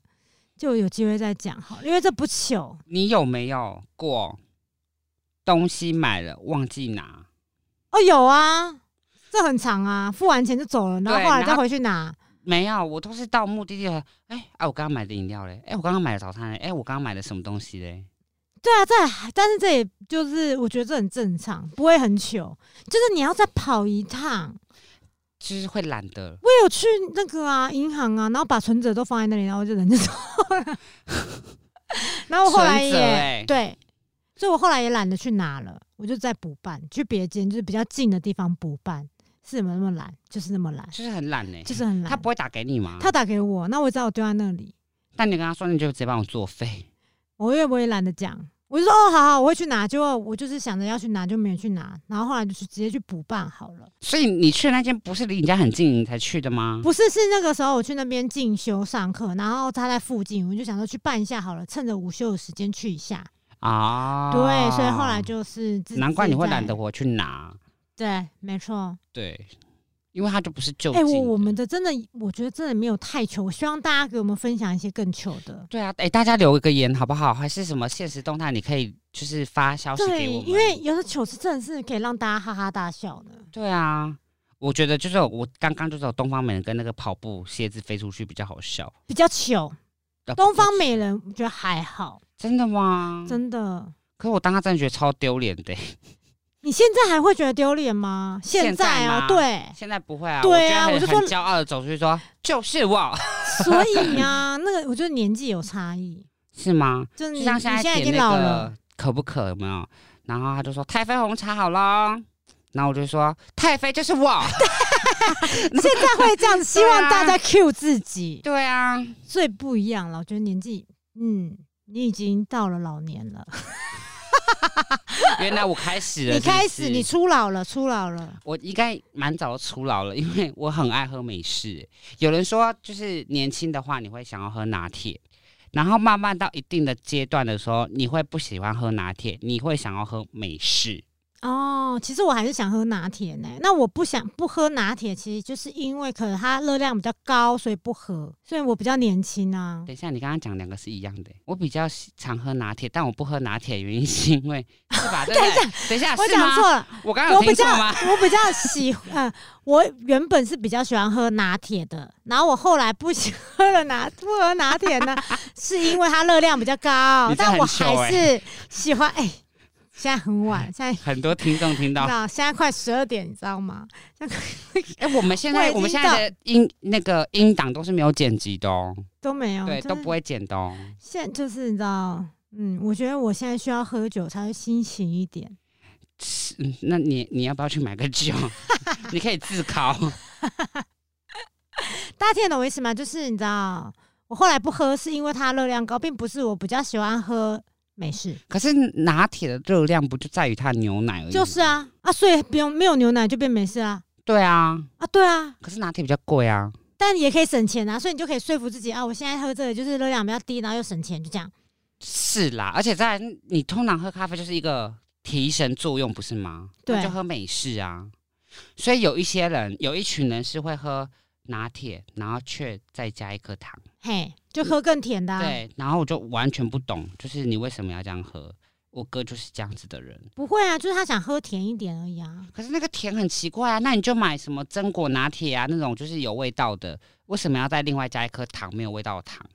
[SPEAKER 1] 就有机会再讲好了，因为这不糗。
[SPEAKER 2] 你有没有过东西买了忘记拿？
[SPEAKER 1] 哦，有啊，这很长啊，付完钱就走了，然后
[SPEAKER 2] 对
[SPEAKER 1] 后来
[SPEAKER 2] 然
[SPEAKER 1] 再
[SPEAKER 2] 后
[SPEAKER 1] 回去拿。
[SPEAKER 2] 没有，我都是到目的地了。哎、哎、我刚刚买的饮料嘞，哎、我刚刚买的早餐嘞，哎、我刚刚买的什么东西嘞？
[SPEAKER 1] 对啊，这还但是这也就是我觉得这很正常，不会很糗。就是你要再跑一趟，
[SPEAKER 2] 就是会懒得。
[SPEAKER 1] 我有去那个啊银行啊，然后把存折都放在那里，然后就人就走了。 *laughs* 然后我后来
[SPEAKER 2] 存折
[SPEAKER 1] 也、
[SPEAKER 2] 哎
[SPEAKER 1] 对，所以我后来也懒得去拿了，我就再补办，去别间就是比较近的地方补办。是没那么懒，就是那么懒，
[SPEAKER 2] 就是很懒呢、
[SPEAKER 1] 就是很懒。
[SPEAKER 2] 他不会打给你吗？
[SPEAKER 1] 他打给我，那我知道我丢在那里，
[SPEAKER 2] 但你跟他说，你就直接帮我作废。
[SPEAKER 1] 我也我也懒得讲，我就说哦，好好，我会去拿。结果我就是想着要去拿，就没有去拿，然后后来就去直接去补办好了。
[SPEAKER 2] 所以你去的那间不是离你家很近你才去的吗？
[SPEAKER 1] 不是，是那个时候我去那边进修上课，然后他在附近，我就想说去办一下好了，趁着午休的时间去一下。
[SPEAKER 2] 啊，
[SPEAKER 1] 对，所以后来就是自
[SPEAKER 2] 难怪你会
[SPEAKER 1] 自己在
[SPEAKER 2] 懒得我去拿。
[SPEAKER 1] 对，没错。
[SPEAKER 2] 对，因为他就不是就
[SPEAKER 1] 哎、
[SPEAKER 2] 近的。
[SPEAKER 1] 我我们的真的，我觉得真的没有太糗，我希望大家给我们分享一些更糗的。
[SPEAKER 2] 对啊，哎、大家留一个言好不好？还是什么现实动态，你可以就是发消息
[SPEAKER 1] 对
[SPEAKER 2] 给我，们。
[SPEAKER 1] 因为有的糗事真的是可以让大家哈哈大笑的。
[SPEAKER 2] 对啊，我觉得就是我刚刚就是有东方美人跟那个跑步鞋子飞出去比较好笑。
[SPEAKER 1] 比较糗，
[SPEAKER 2] 啊
[SPEAKER 1] 东方美人我觉得还好，
[SPEAKER 2] 真的吗？
[SPEAKER 1] 真哎的。
[SPEAKER 2] 可是我当他真的觉得超丢脸的、
[SPEAKER 1] 你现在还会觉得丢脸吗？现
[SPEAKER 2] 现
[SPEAKER 1] 在
[SPEAKER 2] 在
[SPEAKER 1] 哦、
[SPEAKER 2] 吗 *laughs*
[SPEAKER 1] 对，
[SPEAKER 2] 现在不会啊，
[SPEAKER 1] 对啊
[SPEAKER 2] 我
[SPEAKER 1] 我就
[SPEAKER 2] 觉得
[SPEAKER 1] 说
[SPEAKER 2] 很很骄傲的走出去说就是我，
[SPEAKER 1] 所以啊，那个我觉得年纪有差异，
[SPEAKER 2] 是吗？
[SPEAKER 1] 就是你
[SPEAKER 2] 就
[SPEAKER 1] 你
[SPEAKER 2] 像现
[SPEAKER 1] 现在已
[SPEAKER 2] 点
[SPEAKER 1] 经
[SPEAKER 2] 那
[SPEAKER 1] 老
[SPEAKER 2] 个 *laughs*
[SPEAKER 1] 了，
[SPEAKER 2] 可不可有没有？然后他就说太妃红茶好咯。然后我就说太妃就是我， *laughs*
[SPEAKER 1] 现在会这样，希望大
[SPEAKER 2] 啊
[SPEAKER 1] 家 cue 自己，
[SPEAKER 2] 对啊，
[SPEAKER 1] 最不一样了。我觉得年纪，嗯，你已经到了老年了，
[SPEAKER 2] 原来我开始了，
[SPEAKER 1] 你
[SPEAKER 2] 是不
[SPEAKER 1] 开始
[SPEAKER 2] 是
[SPEAKER 1] 你初老了，初老了，
[SPEAKER 2] 我应该蛮早就出老了，因为我很爱喝美式。有人说，就是年轻的话，你会想要喝拿铁，然后慢慢到一定的阶段的时候，你会不喜欢喝拿铁，你会想要喝美式。
[SPEAKER 1] 哦，其实我还是想喝拿铁呢。那我不想不喝拿铁，其实就是因为可能它热量比较高，所以不喝。所以我比较年轻啊。
[SPEAKER 2] 等一下，你刚刚讲两个是一样的、我比较喜常喝拿铁，但我不喝拿铁的原因是因为 *laughs* 是吧？对不对？等一下，
[SPEAKER 1] 我
[SPEAKER 2] 啊是吗
[SPEAKER 1] 讲错了，
[SPEAKER 2] 我刚刚
[SPEAKER 1] 我
[SPEAKER 2] 有
[SPEAKER 1] 比
[SPEAKER 2] 听错
[SPEAKER 1] 较
[SPEAKER 2] 吗？
[SPEAKER 1] 我比较喜欢、呃， *laughs* 我原本是比较喜欢喝拿铁的，然后我后来不喜喝了拿不喝拿铁
[SPEAKER 2] *laughs*
[SPEAKER 1] 呢，是因为它热量比较高
[SPEAKER 2] 你，这
[SPEAKER 1] 但我
[SPEAKER 2] 很欸糗
[SPEAKER 1] 还是喜欢。哎、现在很
[SPEAKER 2] *laughs*
[SPEAKER 1] 晚，现在你
[SPEAKER 2] 很多听众听到
[SPEAKER 1] 知，道现在快十二点，你知道吗？
[SPEAKER 2] 哎、我们现
[SPEAKER 1] 我已
[SPEAKER 2] 在
[SPEAKER 1] 经
[SPEAKER 2] 我们现在的音那个音档都是没有剪辑的哦，
[SPEAKER 1] 都没有，
[SPEAKER 2] 对，
[SPEAKER 1] 就
[SPEAKER 2] 都
[SPEAKER 1] 是
[SPEAKER 2] 不会剪的哦。
[SPEAKER 1] 现就是你知道，嗯，我觉得我现在需要喝酒才会清醒一点。
[SPEAKER 2] 嗯，那你你要不要去买个酒？ *laughs* 你可以自烤。
[SPEAKER 1] 大家听得懂我意思吗？就是你知道，我后来不喝是因为它热量高，并不是我比较喜欢喝美式。
[SPEAKER 2] 可是拿铁的热量不就在于它的牛奶而已？
[SPEAKER 1] 就是，啊啊，所以不用没有牛奶就变没事啦
[SPEAKER 2] 对啊。
[SPEAKER 1] 啊，对啊，
[SPEAKER 2] 可是拿铁比较贵啊，
[SPEAKER 1] 但也可以省钱啊，所以你就可以说服自己啊，我现在喝这个就是热量比较低，然后又省钱，就这样。
[SPEAKER 2] 是啦。而且在你通常喝咖啡就是一个提神作用，不是吗？
[SPEAKER 1] 对
[SPEAKER 2] 那就喝美式啊。所以有一些人，有一群人是会喝拿铁，然后却再加一颗糖。
[SPEAKER 1] 嘿，就喝更甜的、啊，，
[SPEAKER 2] 对，然后我就完全不懂，就是你为什么要这样喝？我哥就是这样子的人。
[SPEAKER 1] 不会啊，就是他想喝甜一点而已啊。
[SPEAKER 2] 可是那个甜很奇怪啊，那你就买什么榛果拿铁啊，那种就是有味道的，为什么要再另外加一颗糖没有味道的糖？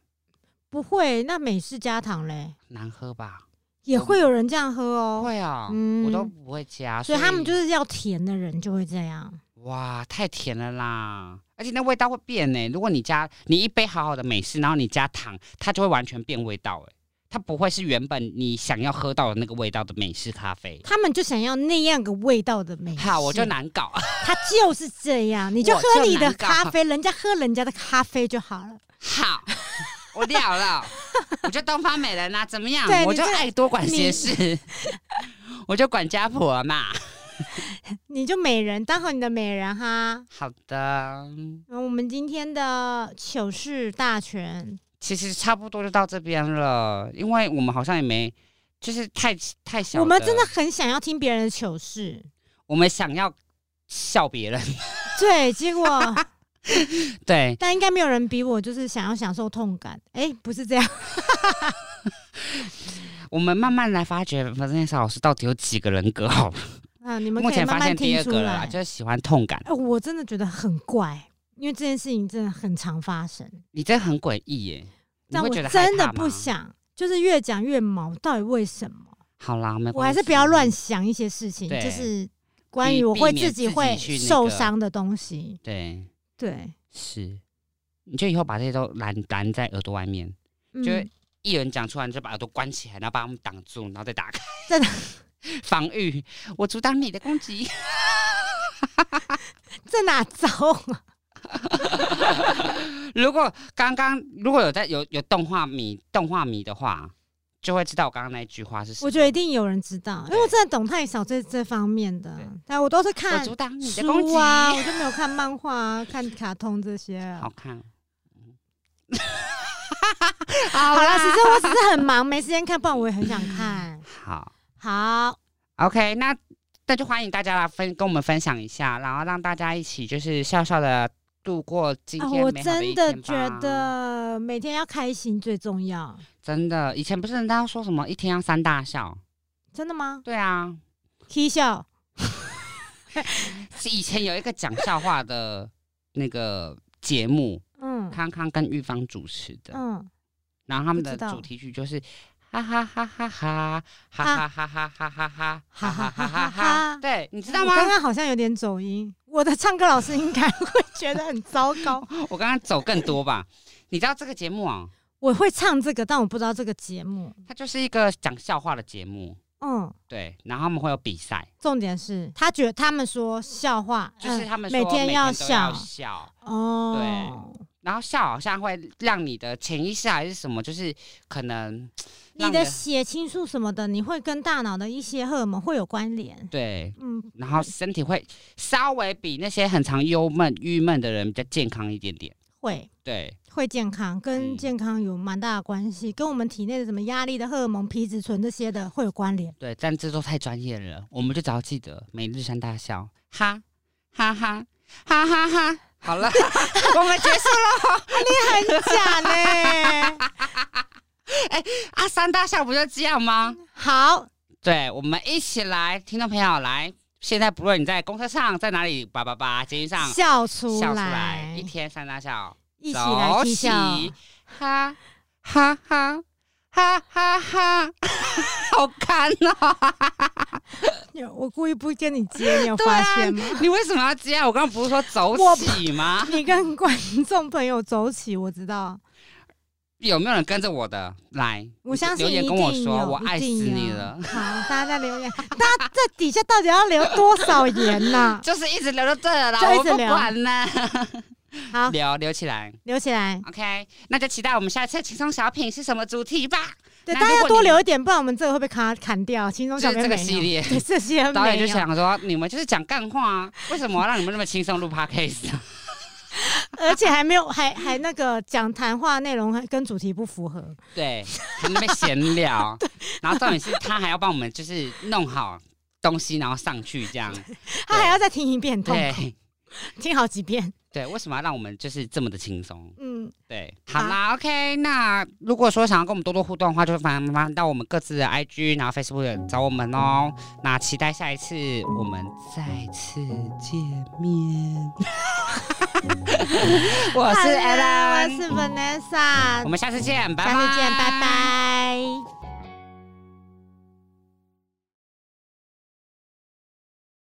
[SPEAKER 1] 不会，那美式加糖嘞，
[SPEAKER 2] 难喝吧？
[SPEAKER 1] 也会有人这样喝
[SPEAKER 2] 不
[SPEAKER 1] 哦，
[SPEAKER 2] 嗯会啊、
[SPEAKER 1] 嗯
[SPEAKER 2] 我都不会加，
[SPEAKER 1] 所以他们就是是要甜的人就会这样。
[SPEAKER 2] 哇，太甜了啦！而且那味道会变呢、如果你加你一杯好好的美式，然后你加糖，它就会完全变味道哎、它不会是原本你想要喝到的那个味道的美式咖啡。
[SPEAKER 1] 他们就想要那样个味道的美食。
[SPEAKER 2] 好，我就难搞。
[SPEAKER 1] 他就是这样，你就喝你的咖啡，人家喝人家的咖啡就好了。 *laughs*
[SPEAKER 2] 好，我了了，我就东方美人啊，怎么样
[SPEAKER 1] 对？
[SPEAKER 2] 我
[SPEAKER 1] 你
[SPEAKER 2] 就
[SPEAKER 1] 这
[SPEAKER 2] 爱多管闲事， *laughs* 我就管家婆嘛。
[SPEAKER 1] 你就美人，当好你的美人哈。
[SPEAKER 2] 好的，
[SPEAKER 1] 那我们今天的糗事大全，
[SPEAKER 2] 其实差不多就到这边了，因为我们好像也没，就是太太小。
[SPEAKER 1] 我们真的，很想要听别人的糗事，
[SPEAKER 2] 我们想要笑别人， *laughs*
[SPEAKER 1] 对，结果
[SPEAKER 2] 对，
[SPEAKER 1] 但应该没有人比我就是想要享受痛感。哎、不是这样， *laughs*
[SPEAKER 2] 我们慢慢来发掘反正老师到底有几个人格好了。
[SPEAKER 1] 啊，你们
[SPEAKER 2] 目
[SPEAKER 1] 可以
[SPEAKER 2] 前
[SPEAKER 1] 慢
[SPEAKER 2] 发
[SPEAKER 1] 慢
[SPEAKER 2] 现第
[SPEAKER 1] 听
[SPEAKER 2] 二
[SPEAKER 1] 出
[SPEAKER 2] 个了
[SPEAKER 1] 来
[SPEAKER 2] 啦，。就是喜欢痛感，
[SPEAKER 1] 呃我真的觉得很怪，因为这件事情真的很常发生，
[SPEAKER 2] 你这很诡异耶。你
[SPEAKER 1] 但
[SPEAKER 2] 会
[SPEAKER 1] 我
[SPEAKER 2] 觉得害
[SPEAKER 1] 真的
[SPEAKER 2] 怕
[SPEAKER 1] 不
[SPEAKER 2] 吗。
[SPEAKER 1] 想，就是越讲越毛，到底为什么？
[SPEAKER 2] 好啦，没关系，
[SPEAKER 1] 我还是不要乱想一些事情，
[SPEAKER 2] 对
[SPEAKER 1] 就是关于
[SPEAKER 2] 避
[SPEAKER 1] 我会
[SPEAKER 2] 避免
[SPEAKER 1] 自己
[SPEAKER 2] 自己
[SPEAKER 1] 会
[SPEAKER 2] 去那
[SPEAKER 1] 受
[SPEAKER 2] 个
[SPEAKER 1] 伤的东西。
[SPEAKER 2] 对，
[SPEAKER 1] 对，
[SPEAKER 2] 是，你就以后把这些都拦拦在耳朵外面，
[SPEAKER 1] 嗯，
[SPEAKER 2] 就是一人讲出来，你就把耳朵关起来，然后把他们挡住，然后再打开。
[SPEAKER 1] 真的
[SPEAKER 2] *laughs* 防御，我阻挡你的攻击。 *laughs*
[SPEAKER 1] 这哪 *laughs* 招啊？
[SPEAKER 2] 如果刚刚如果有在有有动画迷动画迷的话，就会知道我刚刚那一句话是什么。
[SPEAKER 1] 我觉得一定有人知道，因为我真的懂太少这这方面的
[SPEAKER 2] 对，
[SPEAKER 1] 但我都是
[SPEAKER 2] 我
[SPEAKER 1] 看
[SPEAKER 2] 阻挡你的攻
[SPEAKER 1] 书
[SPEAKER 2] 击。
[SPEAKER 1] 啊，我就没有看漫画啊，看卡通这些啊。
[SPEAKER 2] 好看。嗯
[SPEAKER 1] 好
[SPEAKER 2] 好
[SPEAKER 1] 啦，其实我只是很忙，没时间看，不然我也很想看。
[SPEAKER 2] 好
[SPEAKER 1] *laughs* 好，
[SPEAKER 2] ，OK，那那就欢迎大家来分跟我们分享一下，然后让大家一起就是笑笑的度过今
[SPEAKER 1] 啊，
[SPEAKER 2] 天
[SPEAKER 1] 我
[SPEAKER 2] 美好一
[SPEAKER 1] 真
[SPEAKER 2] 天吧、
[SPEAKER 1] 的觉得每天要开心最重要。
[SPEAKER 2] 真的，以前不是人家说什么一天要三大笑？
[SPEAKER 1] 真的吗
[SPEAKER 2] 对啊，
[SPEAKER 1] ？K 笑，
[SPEAKER 2] 是以前有一个讲笑话的那个节目，
[SPEAKER 1] 嗯
[SPEAKER 2] 康康跟玉芳主持的，
[SPEAKER 1] 嗯，
[SPEAKER 2] 然后他们的
[SPEAKER 1] 不知道
[SPEAKER 2] 主题曲就是哈哈哈哈哈哈哈哈哈哈哈哈哈哈哈哈哈，对，你知道吗
[SPEAKER 1] 我？刚刚好像有点走音，我的唱歌老师应该会觉得很糟 *laughs* 糕。
[SPEAKER 2] 我刚刚走更多吧？你知道这个节目啊，
[SPEAKER 1] 我会唱这个，但我不知道这个节目。
[SPEAKER 2] 它就是一个讲笑话的节目，
[SPEAKER 1] 嗯，
[SPEAKER 2] 对，然后他们会有比赛，
[SPEAKER 1] 重点是他觉得他们说笑话，
[SPEAKER 2] 就是
[SPEAKER 1] 嗯
[SPEAKER 2] 他们说
[SPEAKER 1] 每
[SPEAKER 2] 天
[SPEAKER 1] 要
[SPEAKER 2] 都要
[SPEAKER 1] 笑
[SPEAKER 2] 笑，
[SPEAKER 1] 哦。
[SPEAKER 2] 然后笑好像会让你的潜意识还是什么，就是可能
[SPEAKER 1] 你
[SPEAKER 2] 让
[SPEAKER 1] 的血清素什么的，你会跟大脑的一些荷尔蒙会有关联。
[SPEAKER 2] 对，
[SPEAKER 1] 嗯，
[SPEAKER 2] 然后身体会稍微比那些很常忧闷、郁闷的人比较健康一点点。
[SPEAKER 1] 会
[SPEAKER 2] 对，
[SPEAKER 1] 会健康，跟
[SPEAKER 2] 嗯
[SPEAKER 1] 健康有蛮大的关系，跟我们体内的什么压力的荷尔蒙、皮质醇这些的会有关联。
[SPEAKER 2] 对，但这都太专业了，我们就只要记得每日三大笑，哈哈哈哈哈哈。好了， *laughs* 我们结束
[SPEAKER 1] 很假嘞。
[SPEAKER 2] 啊！三大笑不就这样吗？
[SPEAKER 1] *laughs* 好，
[SPEAKER 2] 对，我们一起来，听众朋友来。现在不论你在公车上，在哪里，叭叭叭，捷运上
[SPEAKER 1] 笑出
[SPEAKER 2] 笑出来，
[SPEAKER 1] 来
[SPEAKER 2] 一，天三大笑，
[SPEAKER 1] 一起来听笑。
[SPEAKER 2] 早起哈哈哈哈哈哈，
[SPEAKER 1] *laughs*
[SPEAKER 2] 好干哦！
[SPEAKER 1] 有我故意不跟你接，你有
[SPEAKER 2] 对
[SPEAKER 1] 发
[SPEAKER 2] 啊
[SPEAKER 1] 现吗？
[SPEAKER 2] *laughs*
[SPEAKER 1] *laughs*
[SPEAKER 2] 你为什么要这样？我刚刚不是说走
[SPEAKER 1] 我
[SPEAKER 2] 起吗？
[SPEAKER 1] 你跟观众朋友走起，我知道，
[SPEAKER 2] 有没有人跟着我的？来，
[SPEAKER 1] 我相信
[SPEAKER 2] 留言
[SPEAKER 1] 一
[SPEAKER 2] 跟我
[SPEAKER 1] 定
[SPEAKER 2] 说
[SPEAKER 1] 有
[SPEAKER 2] 我
[SPEAKER 1] 一
[SPEAKER 2] 爱死
[SPEAKER 1] 定
[SPEAKER 2] 你
[SPEAKER 1] 有
[SPEAKER 2] 了
[SPEAKER 1] 好，大家在留言，大家在底下到底要留多少言
[SPEAKER 2] *laughs*
[SPEAKER 1] 呐、
[SPEAKER 2] 就是一直留到这了啦，
[SPEAKER 1] 就一
[SPEAKER 2] 我
[SPEAKER 1] 直
[SPEAKER 2] 不
[SPEAKER 1] 留
[SPEAKER 2] 管了，
[SPEAKER 1] 好，
[SPEAKER 2] 留留起来。
[SPEAKER 1] 留起来。
[SPEAKER 2] OK，那就期待我们下次轻松小品是什么主题吧。
[SPEAKER 1] 对，
[SPEAKER 2] 那
[SPEAKER 1] 大
[SPEAKER 2] 如
[SPEAKER 1] 家要
[SPEAKER 2] 果
[SPEAKER 1] 多
[SPEAKER 2] 你
[SPEAKER 1] 留一点，不然我们这个会被砍砍掉。轻松
[SPEAKER 2] 就
[SPEAKER 1] 小
[SPEAKER 2] 是
[SPEAKER 1] 编
[SPEAKER 2] 这
[SPEAKER 1] *laughs* 没
[SPEAKER 2] 个
[SPEAKER 1] 有
[SPEAKER 2] 系，列，
[SPEAKER 1] 对这些
[SPEAKER 2] *laughs* 导演
[SPEAKER 1] 没
[SPEAKER 2] 就
[SPEAKER 1] 有
[SPEAKER 2] 想说，你们就是讲干话啊，为什么要让你们那么轻松录 podcast？
[SPEAKER 1] 而且还没有，还还那个讲谈话内容还跟主题不符合。
[SPEAKER 2] 对，还在那边闲
[SPEAKER 1] *laughs*
[SPEAKER 2] 聊，然后重点是他还要帮我们就是弄好东西，然后上去
[SPEAKER 1] *laughs*
[SPEAKER 2] 这样。
[SPEAKER 1] 他还要再听一遍，痛苦
[SPEAKER 2] 对
[SPEAKER 1] 听好几遍。
[SPEAKER 2] 对，为什么要让我们就是这么的轻松？
[SPEAKER 1] 嗯，
[SPEAKER 2] 对，好啦、o k 那如果说想要跟我们多多互动的话，就烦麻烦到我们各自的 IG，然后 Facebook 也找我们哦。那期待下一次我们再次见
[SPEAKER 1] *laughs*
[SPEAKER 2] 面。我
[SPEAKER 1] 我
[SPEAKER 2] 是
[SPEAKER 1] 我
[SPEAKER 2] Alan，
[SPEAKER 1] 是 Vanessa，
[SPEAKER 2] 我们下次见，拜拜，
[SPEAKER 1] 下次见，拜拜。